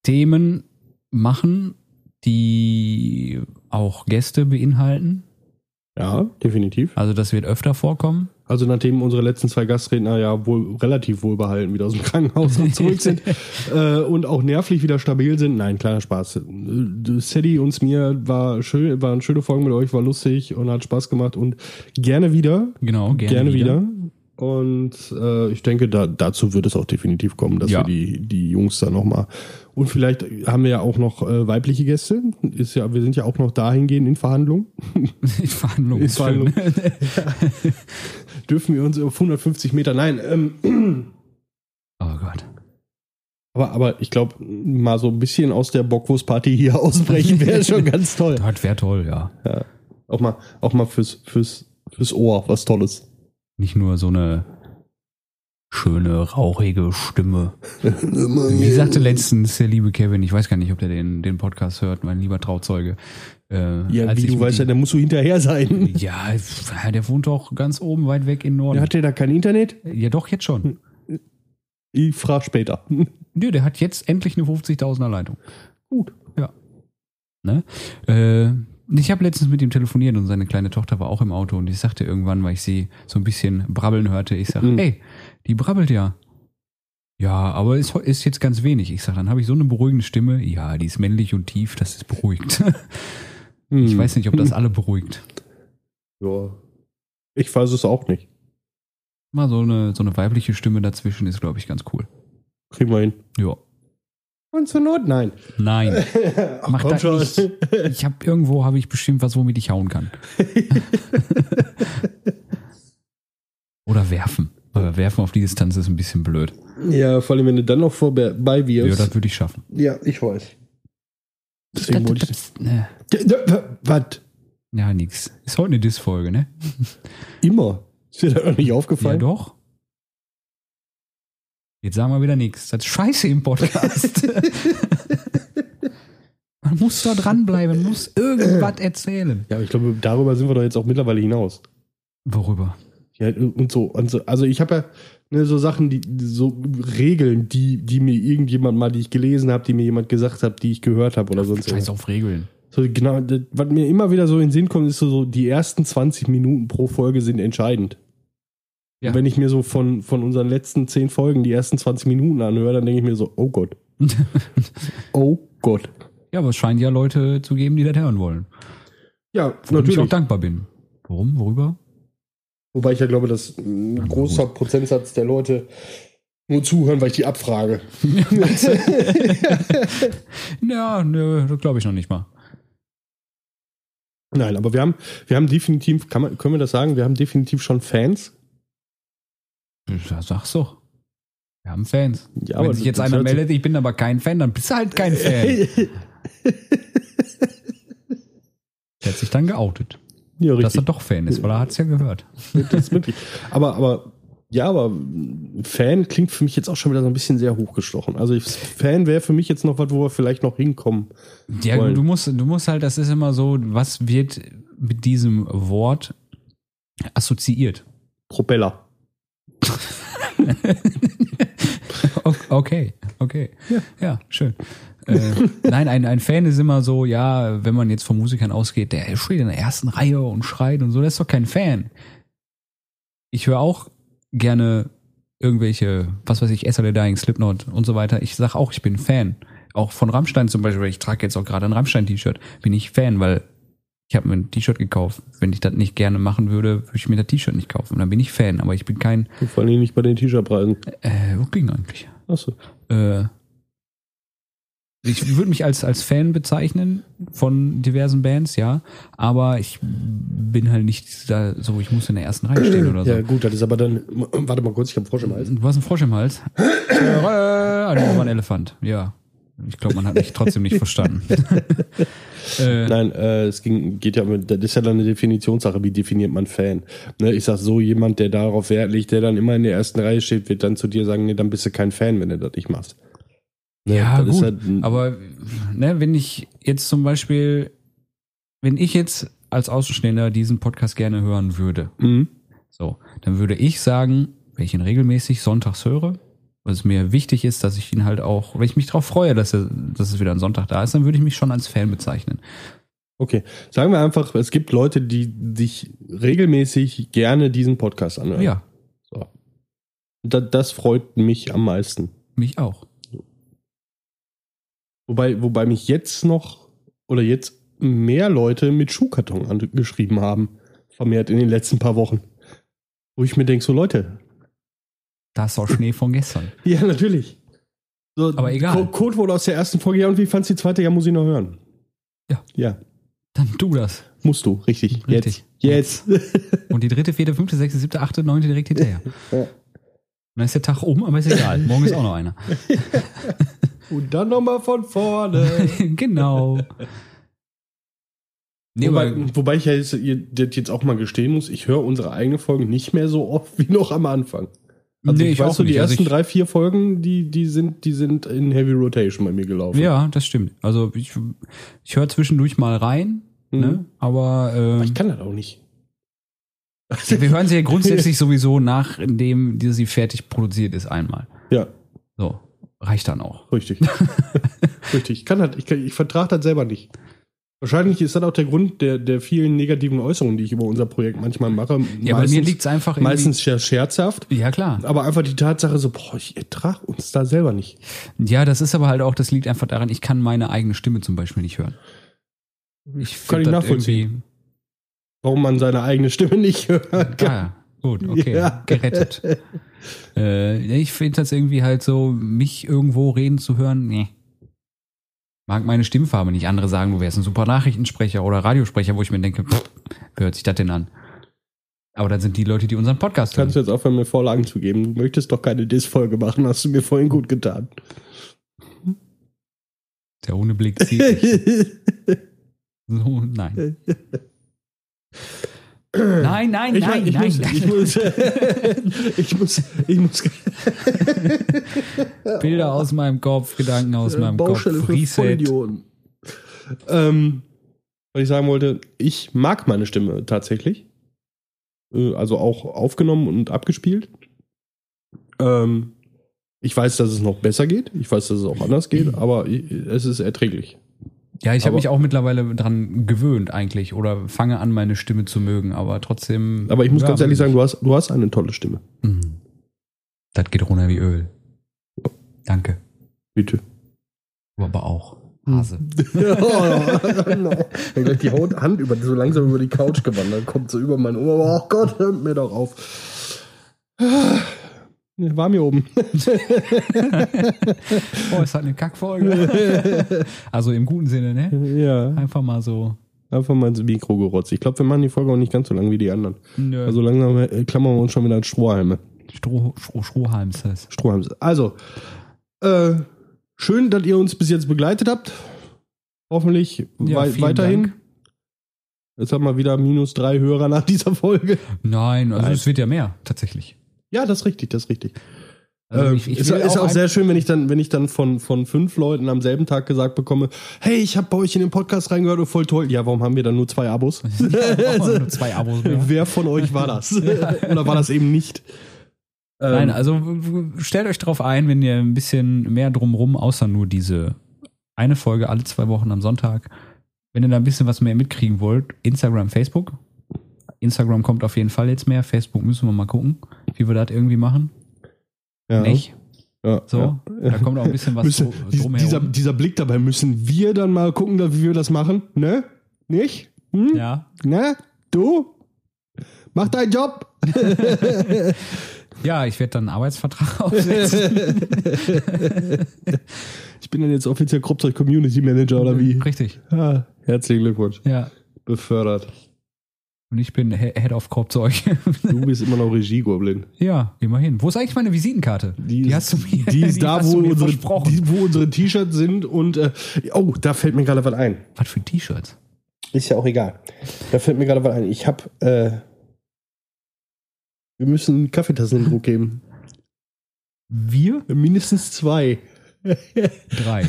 Speaker 1: Themen machen, die auch Gäste beinhalten.
Speaker 2: Ja, definitiv.
Speaker 1: Also das wird öfter vorkommen.
Speaker 2: Also nachdem unsere letzten zwei Gastredner ja wohl relativ wohlbehalten wieder aus dem Krankenhaus zurück sind äh, und auch nervlich wieder stabil sind. Nein, kleiner Spaß. Äh, Sadie und mir war schön, waren schöne Folgen mit euch, war lustig und hat Spaß gemacht und gerne wieder.
Speaker 1: Genau, gerne,
Speaker 2: Gerne, wieder. Und äh, ich denke, da, dazu wird es auch definitiv kommen, dass
Speaker 1: Ja.
Speaker 2: wir die, die Jungs da nochmal. Und vielleicht haben wir ja auch noch äh, weibliche Gäste. Ist ja, wir sind ja auch noch dahingehend in Verhandlung.
Speaker 1: In Verhandlung.
Speaker 2: In
Speaker 1: ist schön.
Speaker 2: Dürfen wir uns auf 150 Meter. Nein, ähm,
Speaker 1: Oh Gott.
Speaker 2: Aber, aber ich glaube, mal so ein bisschen aus der Bockwurstparty hier ausbrechen wäre schon ganz toll.
Speaker 1: Das wäre toll, ja.
Speaker 2: Auch mal, auch mal fürs, fürs, fürs Ohr was Tolles.
Speaker 1: Nicht nur so eine schöne, rauchige Stimme. Wie
Speaker 2: Wie
Speaker 1: sagte letztens der liebe Kevin, ich weiß gar nicht, ob der den, den Podcast hört, mein lieber Trauzeuge. Äh,
Speaker 2: Ja,
Speaker 1: als
Speaker 2: wie
Speaker 1: ich
Speaker 2: du
Speaker 1: mit
Speaker 2: weißt ja,
Speaker 1: ihm-
Speaker 2: da musst du hinterher sein.
Speaker 1: ja, pf, der wohnt doch ganz oben weit weg in Norden.
Speaker 2: Hat der da kein Internet?
Speaker 1: ja, doch, jetzt schon.
Speaker 2: Ich frage später.
Speaker 1: Nö, der hat jetzt endlich eine 50.000er Leitung.
Speaker 2: Gut.
Speaker 1: Ne? Äh, ich habe letztens mit ihm telefoniert und seine kleine Tochter war auch im Auto und ich sagte irgendwann, weil ich sie so ein bisschen brabbeln hörte, ich sage,
Speaker 2: Mhm.
Speaker 1: hey, die brabbelt ja. Ja, aber ist, ist jetzt ganz wenig. Ich sage, dann habe ich so eine beruhigende Stimme. Ja, die ist männlich und tief, das ist beruhigend.
Speaker 2: Mhm. Hm.
Speaker 1: Ich weiß nicht, ob das alle beruhigt.
Speaker 2: Ja. Ich weiß es auch nicht.
Speaker 1: Mal so eine, so eine weibliche Stimme dazwischen ist, glaube ich, ganz cool.
Speaker 2: Kriegen wir hin.
Speaker 1: Ja.
Speaker 2: Und zur Not, nein.
Speaker 1: Nein.
Speaker 2: Ach,
Speaker 1: Mach das nicht. Ich habe irgendwo habe ich bestimmt was, womit ich hauen kann. Oder werfen. Aber werfen auf die Distanz ist ein bisschen blöd.
Speaker 2: Ja, vor allem, wenn du dann noch vorbei
Speaker 1: Ja,
Speaker 2: wirst.
Speaker 1: das würde ich schaffen.
Speaker 2: Ja, ich weiß. Deswegen wollte ich.
Speaker 1: Ne.
Speaker 2: Was?
Speaker 1: Ja, nix. Ist heute eine Diss-Folge, ne?
Speaker 2: Immer. Ist dir da noch nicht
Speaker 1: Ja,
Speaker 2: aufgefallen?
Speaker 1: doch. Jetzt sagen wir wieder nichts. Das ist scheiße im Podcast. Man muss da dranbleiben, man muss irgendwas erzählen.
Speaker 2: Ja, aber ich glaube, darüber sind wir doch jetzt auch mittlerweile hinaus.
Speaker 1: Worüber?
Speaker 2: Ja, und so. Und so. Also ich habe ja ne, so Sachen, die so Regeln, die, die mir irgendjemand mal, die ich gelesen habe, die mir jemand gesagt hat, die ich gehört habe oder sonst
Speaker 1: Scheiß
Speaker 2: was.
Speaker 1: auf Regeln.
Speaker 2: So, genau, das, was mir immer wieder so in den Sinn kommt, ist so, so, die ersten 20 Minuten pro Folge sind entscheidend.
Speaker 1: Ja.
Speaker 2: Und wenn ich mir so von, von unseren letzten zehn Folgen die ersten 20 Minuten anhöre, dann denke ich mir so, oh Gott. oh Gott.
Speaker 1: Ja, aber es scheint ja Leute zu geben, die das hören wollen.
Speaker 2: Ja,
Speaker 1: Wofür ich auch
Speaker 2: natürlich.
Speaker 1: dankbar bin. Warum? Worüber?
Speaker 2: Wobei ich ja glaube, dass ein großer Prozentsatz der Leute nur zuhören, weil ich die abfrage.
Speaker 1: Ja, nö, das glaube ich noch nicht mal.
Speaker 2: Nein, aber wir haben, wir haben definitiv, kann man, können wir das sagen, wir haben definitiv schon Fans.
Speaker 1: Ja, Sag's doch. Wir haben Fans.
Speaker 2: Ja,
Speaker 1: Wenn sich jetzt
Speaker 2: das
Speaker 1: einer
Speaker 2: hört sich-
Speaker 1: meldet, ich bin aber kein Fan, dann bist du halt kein Fan. Der hat sich dann geoutet,
Speaker 2: Ja,
Speaker 1: dass er
Speaker 2: richtig.
Speaker 1: doch Fan ist, weil er hat's ja gehört.
Speaker 2: Das ist möglich. Aber, aber, ja, aber Fan klingt für mich jetzt auch schon wieder so ein bisschen sehr hochgestochen. Also ich- Fan wäre für mich jetzt noch was, wo wir vielleicht noch hinkommen.
Speaker 1: Ja,
Speaker 2: Wollen.
Speaker 1: du musst, du musst halt, das ist immer so, was wird mit diesem Wort assoziiert?
Speaker 2: Propeller.
Speaker 1: O- Okay, okay.
Speaker 2: Ja.
Speaker 1: Ja, schön. Äh, nein, ein, ein Fan ist immer so, ja, wenn man jetzt von Musikern ausgeht, der steht in der ersten Reihe und schreit und so, das ist doch kein Fan. Ich höre auch gerne irgendwelche, was weiß ich, SLA Dying, Slipknot und so weiter. Ich sag auch, ich bin Fan. Auch von Rammstein zum Beispiel, ich trage jetzt auch gerade ein Rammstein-T-Shirt, bin ich Fan, weil ich habe mir ein T-Shirt gekauft. Wenn ich das nicht gerne machen würde, würde ich mir das T-Shirt nicht kaufen. Dann bin ich Fan, aber ich bin kein,
Speaker 2: Und Vor allem nicht bei den T-Shirt-Preisen.
Speaker 1: äh, wo ging eigentlich?
Speaker 2: Achso.
Speaker 1: äh, ich würde mich als, als Fan bezeichnen von diversen Bands, ja, aber ich bin halt nicht da so, ich muss in der ersten Reihe stehen oder so.
Speaker 2: Ja, gut, das ist aber dann. Warte mal kurz, ich habe Frosch im Hals.
Speaker 1: Du hast einen Frosch im Hals. Ah, nee, das war ein Elefant, ja. Ich glaube, man hat mich trotzdem nicht verstanden. äh,
Speaker 2: Nein, äh, es ging, geht ja um, das ist ja dann eine Definitionssache, wie definiert man Fan? Ne, ich sag so, jemand, der darauf Wert legt, der dann immer in der ersten Reihe steht, wird dann zu dir sagen, nee, dann bist du kein Fan, wenn du das nicht machst. Ne,
Speaker 1: Ja,
Speaker 2: das ist
Speaker 1: gut.
Speaker 2: halt-
Speaker 1: Aber ne, wenn ich jetzt zum Beispiel, wenn ich jetzt als Außenstehender diesen Podcast gerne hören würde,
Speaker 2: Mhm.
Speaker 1: So, dann würde ich sagen, wenn ich ihn regelmäßig sonntags höre, was mir wichtig ist, dass ich ihn halt auch, wenn ich mich darauf freue, dass, er, dass es wieder ein Sonntag da ist, dann würde ich mich schon als Fan bezeichnen.
Speaker 2: Okay, sagen wir einfach, es gibt Leute, die sich regelmäßig gerne diesen Podcast anhören.
Speaker 1: Ja,
Speaker 2: So. Da, das freut mich am meisten.
Speaker 1: mich auch.
Speaker 2: Wobei, wobei mich jetzt noch oder jetzt mehr Leute mit Schuhkarton angeschrieben haben, vermehrt in den letzten paar Wochen. Wo ich mir denke, so Leute,
Speaker 1: Das ist auch Schnee von gestern.
Speaker 2: ja, natürlich. So,
Speaker 1: Aber egal.
Speaker 2: Co- Code wurde aus der ersten Folge, ja, und wie fandst du die zweite? Ja, muss ich noch hören.
Speaker 1: Ja.
Speaker 2: Ja,
Speaker 1: Dann tu das.
Speaker 2: musst du, richtig.
Speaker 1: Richtig.
Speaker 2: Jetzt. Jetzt.
Speaker 1: Und die dritte, vierte, fünfte, sechste, siebte, achte, neunte direkt hinterher.
Speaker 2: Ja.
Speaker 1: Und dann ist der Tag um, aber ist egal. Morgen ist auch noch einer.
Speaker 2: und dann nochmal von vorne.
Speaker 1: genau. Nee, aber,
Speaker 2: wobei, wobei ich ja jetzt, ihr, das jetzt auch mal gestehen muss, ich höre unsere eigene Folgen nicht mehr so oft wie noch am Anfang. Also
Speaker 1: nee,
Speaker 2: ich,
Speaker 1: ich
Speaker 2: weiß
Speaker 1: auch
Speaker 2: so, die
Speaker 1: nicht. Also
Speaker 2: ersten
Speaker 1: ich-
Speaker 2: drei, vier Folgen, die, die, sind, die sind in Heavy Rotation bei mir gelaufen.
Speaker 1: ja, das stimmt. Also ich, ich höre zwischendurch mal rein,
Speaker 2: Mhm.
Speaker 1: ne? aber ähm,
Speaker 2: Aber ich kann das auch nicht.
Speaker 1: Ja, wir hören sie ja grundsätzlich sowieso nach, indem die- sie fertig produziert ist einmal.
Speaker 2: Ja,
Speaker 1: So, reicht dann auch.
Speaker 2: richtig. richtig. Ich kann das, ich, kann- ich vertrage das selber nicht. Wahrscheinlich ist das auch der Grund der, der vielen negativen Äußerungen, die ich über unser Projekt manchmal mache.
Speaker 1: Ja, bei mir liegt es einfach irgendwie-
Speaker 2: meistens sehr scherzhaft,
Speaker 1: Ja, klar.
Speaker 2: aber einfach die Tatsache so, boah, ich ertrage uns da selber nicht.
Speaker 1: Ja, das ist aber halt auch, das liegt einfach daran, ich kann meine eigene Stimme zum Beispiel nicht hören. Ich
Speaker 2: Kann ich
Speaker 1: find das
Speaker 2: nachvollziehen. Warum man seine eigene Stimme nicht hört.
Speaker 1: irgendwie- Ah, gut, okay,
Speaker 2: Ja.
Speaker 1: gerettet. äh, ja, ich finde das irgendwie halt so, mich irgendwo reden zu hören, nee. Mag meine Stimmfarbe nicht. Andere sagen, du wärst ein super Nachrichtensprecher oder Radiosprecher, wo ich mir denke, pff, wer hört sich das denn an? Aber dann sind die Leute, die unseren Podcast hören.
Speaker 2: Kannst du jetzt aufhören, mir Vorlagen zu geben? Du möchtest doch keine Diss-Folge machen, hast du mir vorhin gut getan.
Speaker 1: Der ohne Blick sieht dich. So, nein. Nein, nein,
Speaker 2: Ich,
Speaker 1: nein,
Speaker 2: ich,
Speaker 1: nein.
Speaker 2: muss, ich, muss, ich muss, ich muss,
Speaker 1: Bilder aus meinem Kopf, Gedanken aus meinem
Speaker 2: Äh, Baustelle
Speaker 1: Kopf,
Speaker 2: für
Speaker 1: Reset.
Speaker 2: Vollidioten. Ähm, was ich sagen wollte, ich mag meine Stimme tatsächlich. Äh, Also auch aufgenommen und abgespielt. Ähm, ich weiß, dass es noch besser geht. Ich weiß, dass es auch anders geht, aber i- es ist erträglich.
Speaker 1: Ja, ich habe
Speaker 2: Aber-
Speaker 1: mich auch mittlerweile dran gewöhnt eigentlich oder fange an, meine Stimme zu mögen, aber trotzdem.
Speaker 2: Aber ich muss
Speaker 1: ja,
Speaker 2: ganz ehrlich sagen, du hast, du hast eine tolle Stimme.
Speaker 1: Mhm. Das geht runter wie Öl. Danke.
Speaker 2: Bitte.
Speaker 1: Aber auch.
Speaker 2: Hm.
Speaker 1: Hase.
Speaker 2: Wenn gleich die Haut, Hand über, so langsam über die Couch gewandert, kommt so über meinen Ohr. Oh Gott, hört mir doch auf. War mir oben.
Speaker 1: Oh, ist halt eine Kackfolge. also im guten Sinne, ne?
Speaker 2: Ja,
Speaker 1: Einfach mal so.
Speaker 2: einfach mal ins Mikro gerotzt. Ich glaube, wir machen die Folge auch nicht ganz so lang wie die anderen.
Speaker 1: Nö.
Speaker 2: Also langsam äh, klammern wir uns schon wieder an Strohhalme.
Speaker 1: Stroh, Stroh, Strohhalms heißt.
Speaker 2: Strohhalme. Also, äh, schön, dass ihr uns bis jetzt begleitet habt. Hoffentlich
Speaker 1: Ja,
Speaker 2: wei
Speaker 1: vielen
Speaker 2: weiterhin.
Speaker 1: Dank.
Speaker 2: Jetzt haben wir wieder minus drei Hörer nach dieser Folge.
Speaker 1: Nein, also
Speaker 2: Nein.
Speaker 1: es wird ja mehr, tatsächlich.
Speaker 2: Ja, das ist richtig, das ist richtig.
Speaker 1: Also
Speaker 2: Ähm,
Speaker 1: ich- ich
Speaker 2: ist
Speaker 1: will
Speaker 2: ist
Speaker 1: auch
Speaker 2: auch
Speaker 1: ein-
Speaker 2: sehr schön, wenn ich dann, wenn ich dann von, von fünf Leuten am selben Tag gesagt bekomme, hey, ich habe bei euch in den Podcast reingehört und voll toll. Ja, warum haben wir dann nur zwei Abos?
Speaker 1: Ja, brauchen wir nur zwei Abos mehr.
Speaker 2: Wer von euch war das? Oder war das eben nicht?
Speaker 1: Nein,
Speaker 2: Ähm,
Speaker 1: also w- w- stellt euch drauf ein, wenn ihr ein bisschen mehr drumrum, außer nur diese eine Folge alle zwei Wochen am Sonntag, wenn ihr da ein bisschen was mehr mitkriegen wollt, Instagram, Facebook. Instagram kommt auf jeden Fall jetzt mehr, Facebook müssen wir mal gucken, wie wir das irgendwie machen.
Speaker 2: ja,
Speaker 1: Nicht?
Speaker 2: Ja,
Speaker 1: So,
Speaker 2: ja.
Speaker 1: da kommt auch ein bisschen was
Speaker 2: Müssen,
Speaker 1: drum-
Speaker 2: dies- dieser,
Speaker 1: drumherum.
Speaker 2: dieser Blick dabei, müssen wir dann mal gucken, da- wie wir das machen? Ne? Nicht? Hm?
Speaker 1: Ja.
Speaker 2: Ne? Du? Mach deinen Job!
Speaker 1: ja, ich werde dann einen Arbeitsvertrag aufsetzen.
Speaker 2: Ich bin dann jetzt offiziell Kruppzeug Community Manager oder wie?
Speaker 1: Richtig,
Speaker 2: Ah, herzlichen Glückwunsch.
Speaker 1: ja.
Speaker 2: Befördert.
Speaker 1: Und ich bin He- Head of Korbzeug.
Speaker 2: Du bist immer noch Regie-Goblin.
Speaker 1: ja, immerhin. Wo ist eigentlich meine Visitenkarte?
Speaker 2: ist-
Speaker 1: hast du mir
Speaker 2: Die ist da,
Speaker 1: hast
Speaker 2: wo
Speaker 1: du mir
Speaker 2: unsere,
Speaker 1: versprochen.
Speaker 2: die, wo unsere T-Shirts sind und. Äh, oh, da fällt mir gerade was ein.
Speaker 1: Was für T-Shirts?
Speaker 2: Ist ja auch egal. Da fällt mir gerade was ein. Ich hab. Äh, wir müssen Kaffeetassen in Druck geben.
Speaker 1: Wir
Speaker 2: Mindestens zwei.
Speaker 1: drei.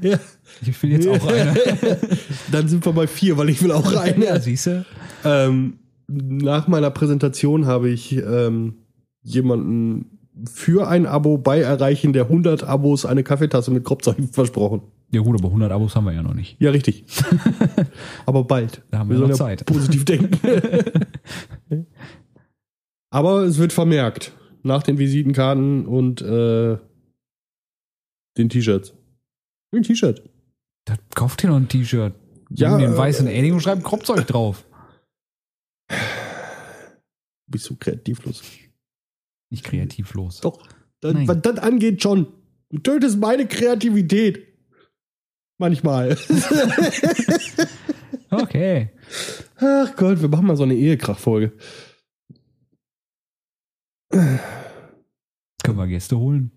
Speaker 2: Ja.
Speaker 1: Ich will jetzt auch eine.
Speaker 2: Dann sind wir bei vier, weil ich will auch
Speaker 1: Ja,
Speaker 2: eine.
Speaker 1: siehst du?
Speaker 2: ähm, nach meiner Präsentation habe ich ähm, jemanden für ein Abo bei Erreichen der 100 Abos eine Kaffeetasse mit Kropfzeichen versprochen.
Speaker 1: Ja gut, aber 100 Abos haben wir ja noch nicht.
Speaker 2: Ja, richtig. Aber bald.
Speaker 1: Da haben wir
Speaker 2: sollen
Speaker 1: noch
Speaker 2: ja
Speaker 1: Zeit.
Speaker 2: Positiv denken. Aber es wird vermerkt. Nach den Visitenkarten und äh, den T-Shirts. Ein T-Shirt.
Speaker 1: Da kauft ihr noch ein T-Shirt.
Speaker 2: Ja,
Speaker 1: Nimm den
Speaker 2: äh,
Speaker 1: weißen Edding und schreibt Kropfzeug drauf.
Speaker 2: Bist du kreativlos?
Speaker 1: Nicht kreativ los.
Speaker 2: Doch. Das,
Speaker 1: Nein.
Speaker 2: was das angeht, schon. Du tötest meine Kreativität. Manchmal.
Speaker 1: Okay.
Speaker 2: Ach Gott, wir machen mal so eine Ehekrachfolge.
Speaker 1: Können wir Gäste holen?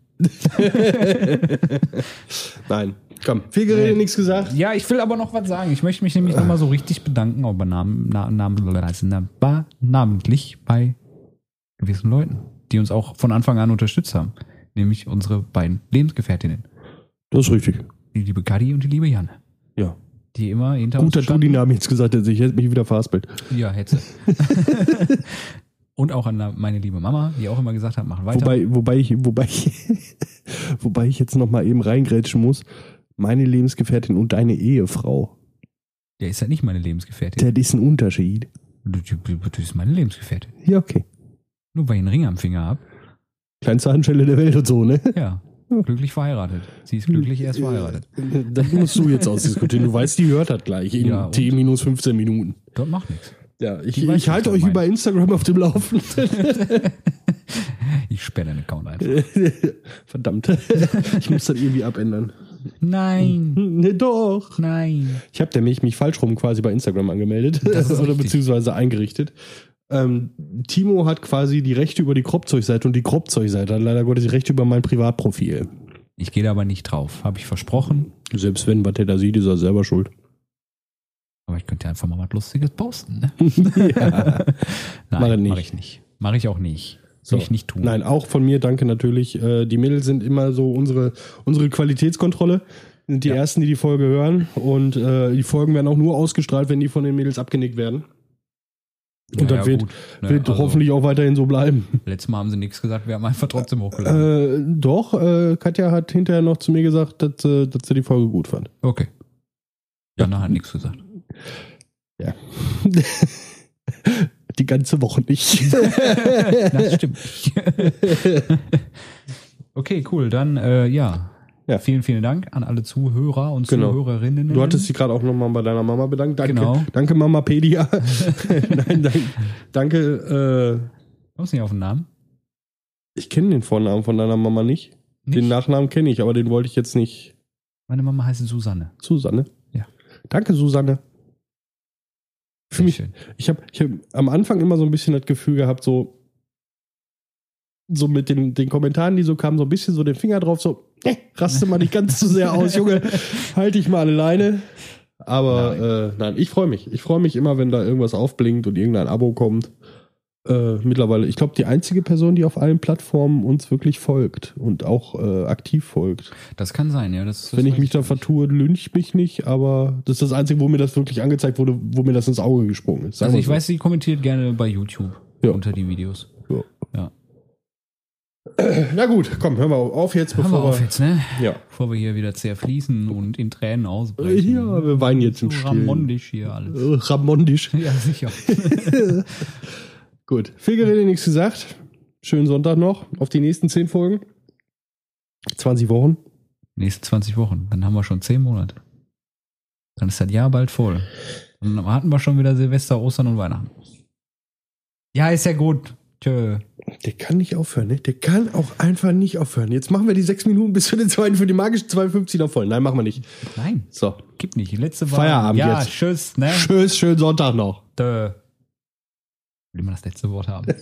Speaker 2: Nein. Komm. Viel geredet,
Speaker 1: Nee.
Speaker 2: nichts gesagt.
Speaker 1: Ja, ich will aber noch was sagen. Ich möchte mich nämlich nochmal so richtig bedanken, aber namen, na, namen, na, namentlich bei gewissen Leuten, die uns auch von Anfang an unterstützt haben. Nämlich unsere beiden Lebensgefährtinnen.
Speaker 2: Das ist richtig.
Speaker 1: Die liebe Kadi und die liebe Janne.
Speaker 2: Ja.
Speaker 1: Die immer hinter
Speaker 2: Gut, dass
Speaker 1: uns
Speaker 2: du die Namen jetzt gesagt hättest. Ich hätte mich wieder verhaspelt.
Speaker 1: Ja, hätte. Und auch an la- meine liebe Mama, die auch immer gesagt hat, machen weiter.
Speaker 2: Wobei, wobei ich, wobei ich, wobei ich jetzt noch mal eben reingrätschen muss. Meine Lebensgefährtin und deine Ehefrau.
Speaker 1: Der ist ja nicht meine Lebensgefährtin.
Speaker 2: Das ist ein Unterschied.
Speaker 1: Du, du, du du bist meine Lebensgefährtin.
Speaker 2: Ja, okay.
Speaker 1: Nur weil ich einen Ring am Finger habe.
Speaker 2: Kleinste Handschelle der Welt und so, ne?
Speaker 1: Ja, glücklich verheiratet. Sie ist glücklich erst verheiratet.
Speaker 2: Das musst du jetzt ausdiskutieren. Du weißt, die hört das gleich in
Speaker 1: Ja, und?
Speaker 2: T minus 15 Minuten.
Speaker 1: Dort macht nichts.
Speaker 2: Ja, ich,
Speaker 1: Die weiß,
Speaker 2: ich halte
Speaker 1: was er
Speaker 2: euch
Speaker 1: meint.
Speaker 2: über Instagram auf dem Laufenden.
Speaker 1: Ich sperre deinen Account einfach.
Speaker 2: Verdammt. Ich muss das irgendwie abändern.
Speaker 1: Nein,
Speaker 2: Ne, doch.
Speaker 1: nein.
Speaker 2: Ich habe nämlich mich falsch rum quasi bei Instagram angemeldet
Speaker 1: Das ist
Speaker 2: oder
Speaker 1: richtig.
Speaker 2: beziehungsweise eingerichtet. Ähm, Timo hat quasi die Rechte über die Kropzeugseite und die Kropzeugseite hat leider Gottes die Rechte über mein Privatprofil.
Speaker 1: Ich gehe da aber nicht drauf. Habe ich versprochen.
Speaker 2: Selbst wenn, was der da sieht, ist er selber schuld.
Speaker 1: Aber ich könnte einfach mal was Lustiges posten. Ne?
Speaker 2: ja.
Speaker 1: Nein,
Speaker 2: Mach
Speaker 1: mache
Speaker 2: ich nicht.
Speaker 1: mach ich nicht. Mache ich auch nicht. Will
Speaker 2: So.
Speaker 1: ich nicht tun.
Speaker 2: Nein, auch von mir danke natürlich. Äh, die Mädels sind immer so unsere, unsere Qualitätskontrolle. Sind die
Speaker 1: Ja.
Speaker 2: ersten, die die Folge hören. Und äh, die Folgen werden auch nur ausgestrahlt, wenn die von den Mädels abgenickt werden. Und das wird,
Speaker 1: gut. Ne,
Speaker 2: wird
Speaker 1: also,
Speaker 2: hoffentlich auch weiterhin so bleiben.
Speaker 1: Letztes Mal haben sie nichts gesagt. Wir haben einfach trotzdem hochgeladen.
Speaker 2: Äh, doch, äh, Katja hat hinterher noch zu mir gesagt, dass, äh, dass sie die Folge gut fand.
Speaker 1: Okay. Jana hat nichts gesagt.
Speaker 3: Die ganze Woche nicht.
Speaker 1: Das stimmt. okay, cool. Dann, äh, ja.
Speaker 2: Ja.
Speaker 1: Vielen, vielen Dank an alle Zuhörer und
Speaker 2: Genau.
Speaker 1: Zuhörerinnen.
Speaker 2: Du hattest dich gerade auch nochmal bei deiner Mama bedankt. Danke,
Speaker 1: Genau.
Speaker 2: danke Mamapedia. Nein, danke. danke
Speaker 1: Kommst du nicht auf den Namen?
Speaker 2: äh, ich kenne den Vornamen von deiner Mama nicht. Den
Speaker 1: Nicht?
Speaker 2: Nachnamen kenne ich, aber den wollte ich jetzt nicht.
Speaker 1: Meine Mama heißt Susanne.
Speaker 2: Susanne.
Speaker 1: Ja.
Speaker 2: Danke, Susanne. Für
Speaker 1: Sehr
Speaker 2: mich,
Speaker 1: schön.
Speaker 2: ich habe ich hab am Anfang immer so ein bisschen das Gefühl gehabt, so, so mit den, den Kommentaren, die so kamen, so ein bisschen so den Finger drauf, so, eh, raste mal nicht ganz zu sehr aus, Junge, halte ich mal alleine. Aber nein, äh, nein ich freue mich. Ich freue mich immer, wenn da irgendwas aufblinkt und irgendein Abo kommt. Äh, mittlerweile, ich glaube, die einzige Person, die auf allen Plattformen uns wirklich folgt und auch äh, aktiv folgt.
Speaker 1: Das kann sein, ja. Das, das
Speaker 2: Wenn ich
Speaker 1: weiß
Speaker 2: mich da
Speaker 1: nicht.
Speaker 2: vertue, lynch mich nicht, aber das ist das Einzige, wo mir das wirklich angezeigt wurde, wo mir das ins Auge gesprungen ist.
Speaker 1: Also
Speaker 2: wir
Speaker 1: ich
Speaker 2: so.
Speaker 1: weiß, sie kommentiert gerne bei YouTube
Speaker 2: Ja.
Speaker 1: unter die Videos.
Speaker 2: Na gut, komm, hören wir auf jetzt,
Speaker 1: Hören
Speaker 2: bevor
Speaker 1: wir auf
Speaker 2: wir.
Speaker 1: jetzt, ne?
Speaker 2: Ja.
Speaker 1: Bevor wir hier wieder zerfließen und in Tränen ausbrechen.
Speaker 2: ja, wir weinen jetzt
Speaker 1: so
Speaker 2: im Stil.
Speaker 1: ramondisch hier alles.
Speaker 2: Äh, Ramondisch.
Speaker 1: Ja, sicher.
Speaker 2: Gut. Viel geredet, nichts gesagt. Schönen Sonntag noch. Auf die nächsten 10 Folgen. 20 Wochen.
Speaker 1: Nächste 20 Wochen. Dann haben wir schon 10 Monate. Dann ist das Jahr bald voll. Dann hatten wir schon wieder Silvester, Ostern und Weihnachten. Ja, ist ja gut. Tschö.
Speaker 2: Der kann nicht aufhören, ne? Der kann auch einfach nicht aufhören. Jetzt machen wir die 6 Minuten bis zu den zweiten für die magischen 52er voll. Nein, machen wir nicht.
Speaker 1: Nein,
Speaker 2: So.
Speaker 1: gibt nicht. Die letzte war.
Speaker 2: Feierabend
Speaker 1: ja,
Speaker 2: jetzt.
Speaker 1: tschüss, ne?
Speaker 2: Tschüss, schönen Sonntag noch.
Speaker 1: Tschö. Will immer das letzte Wort haben.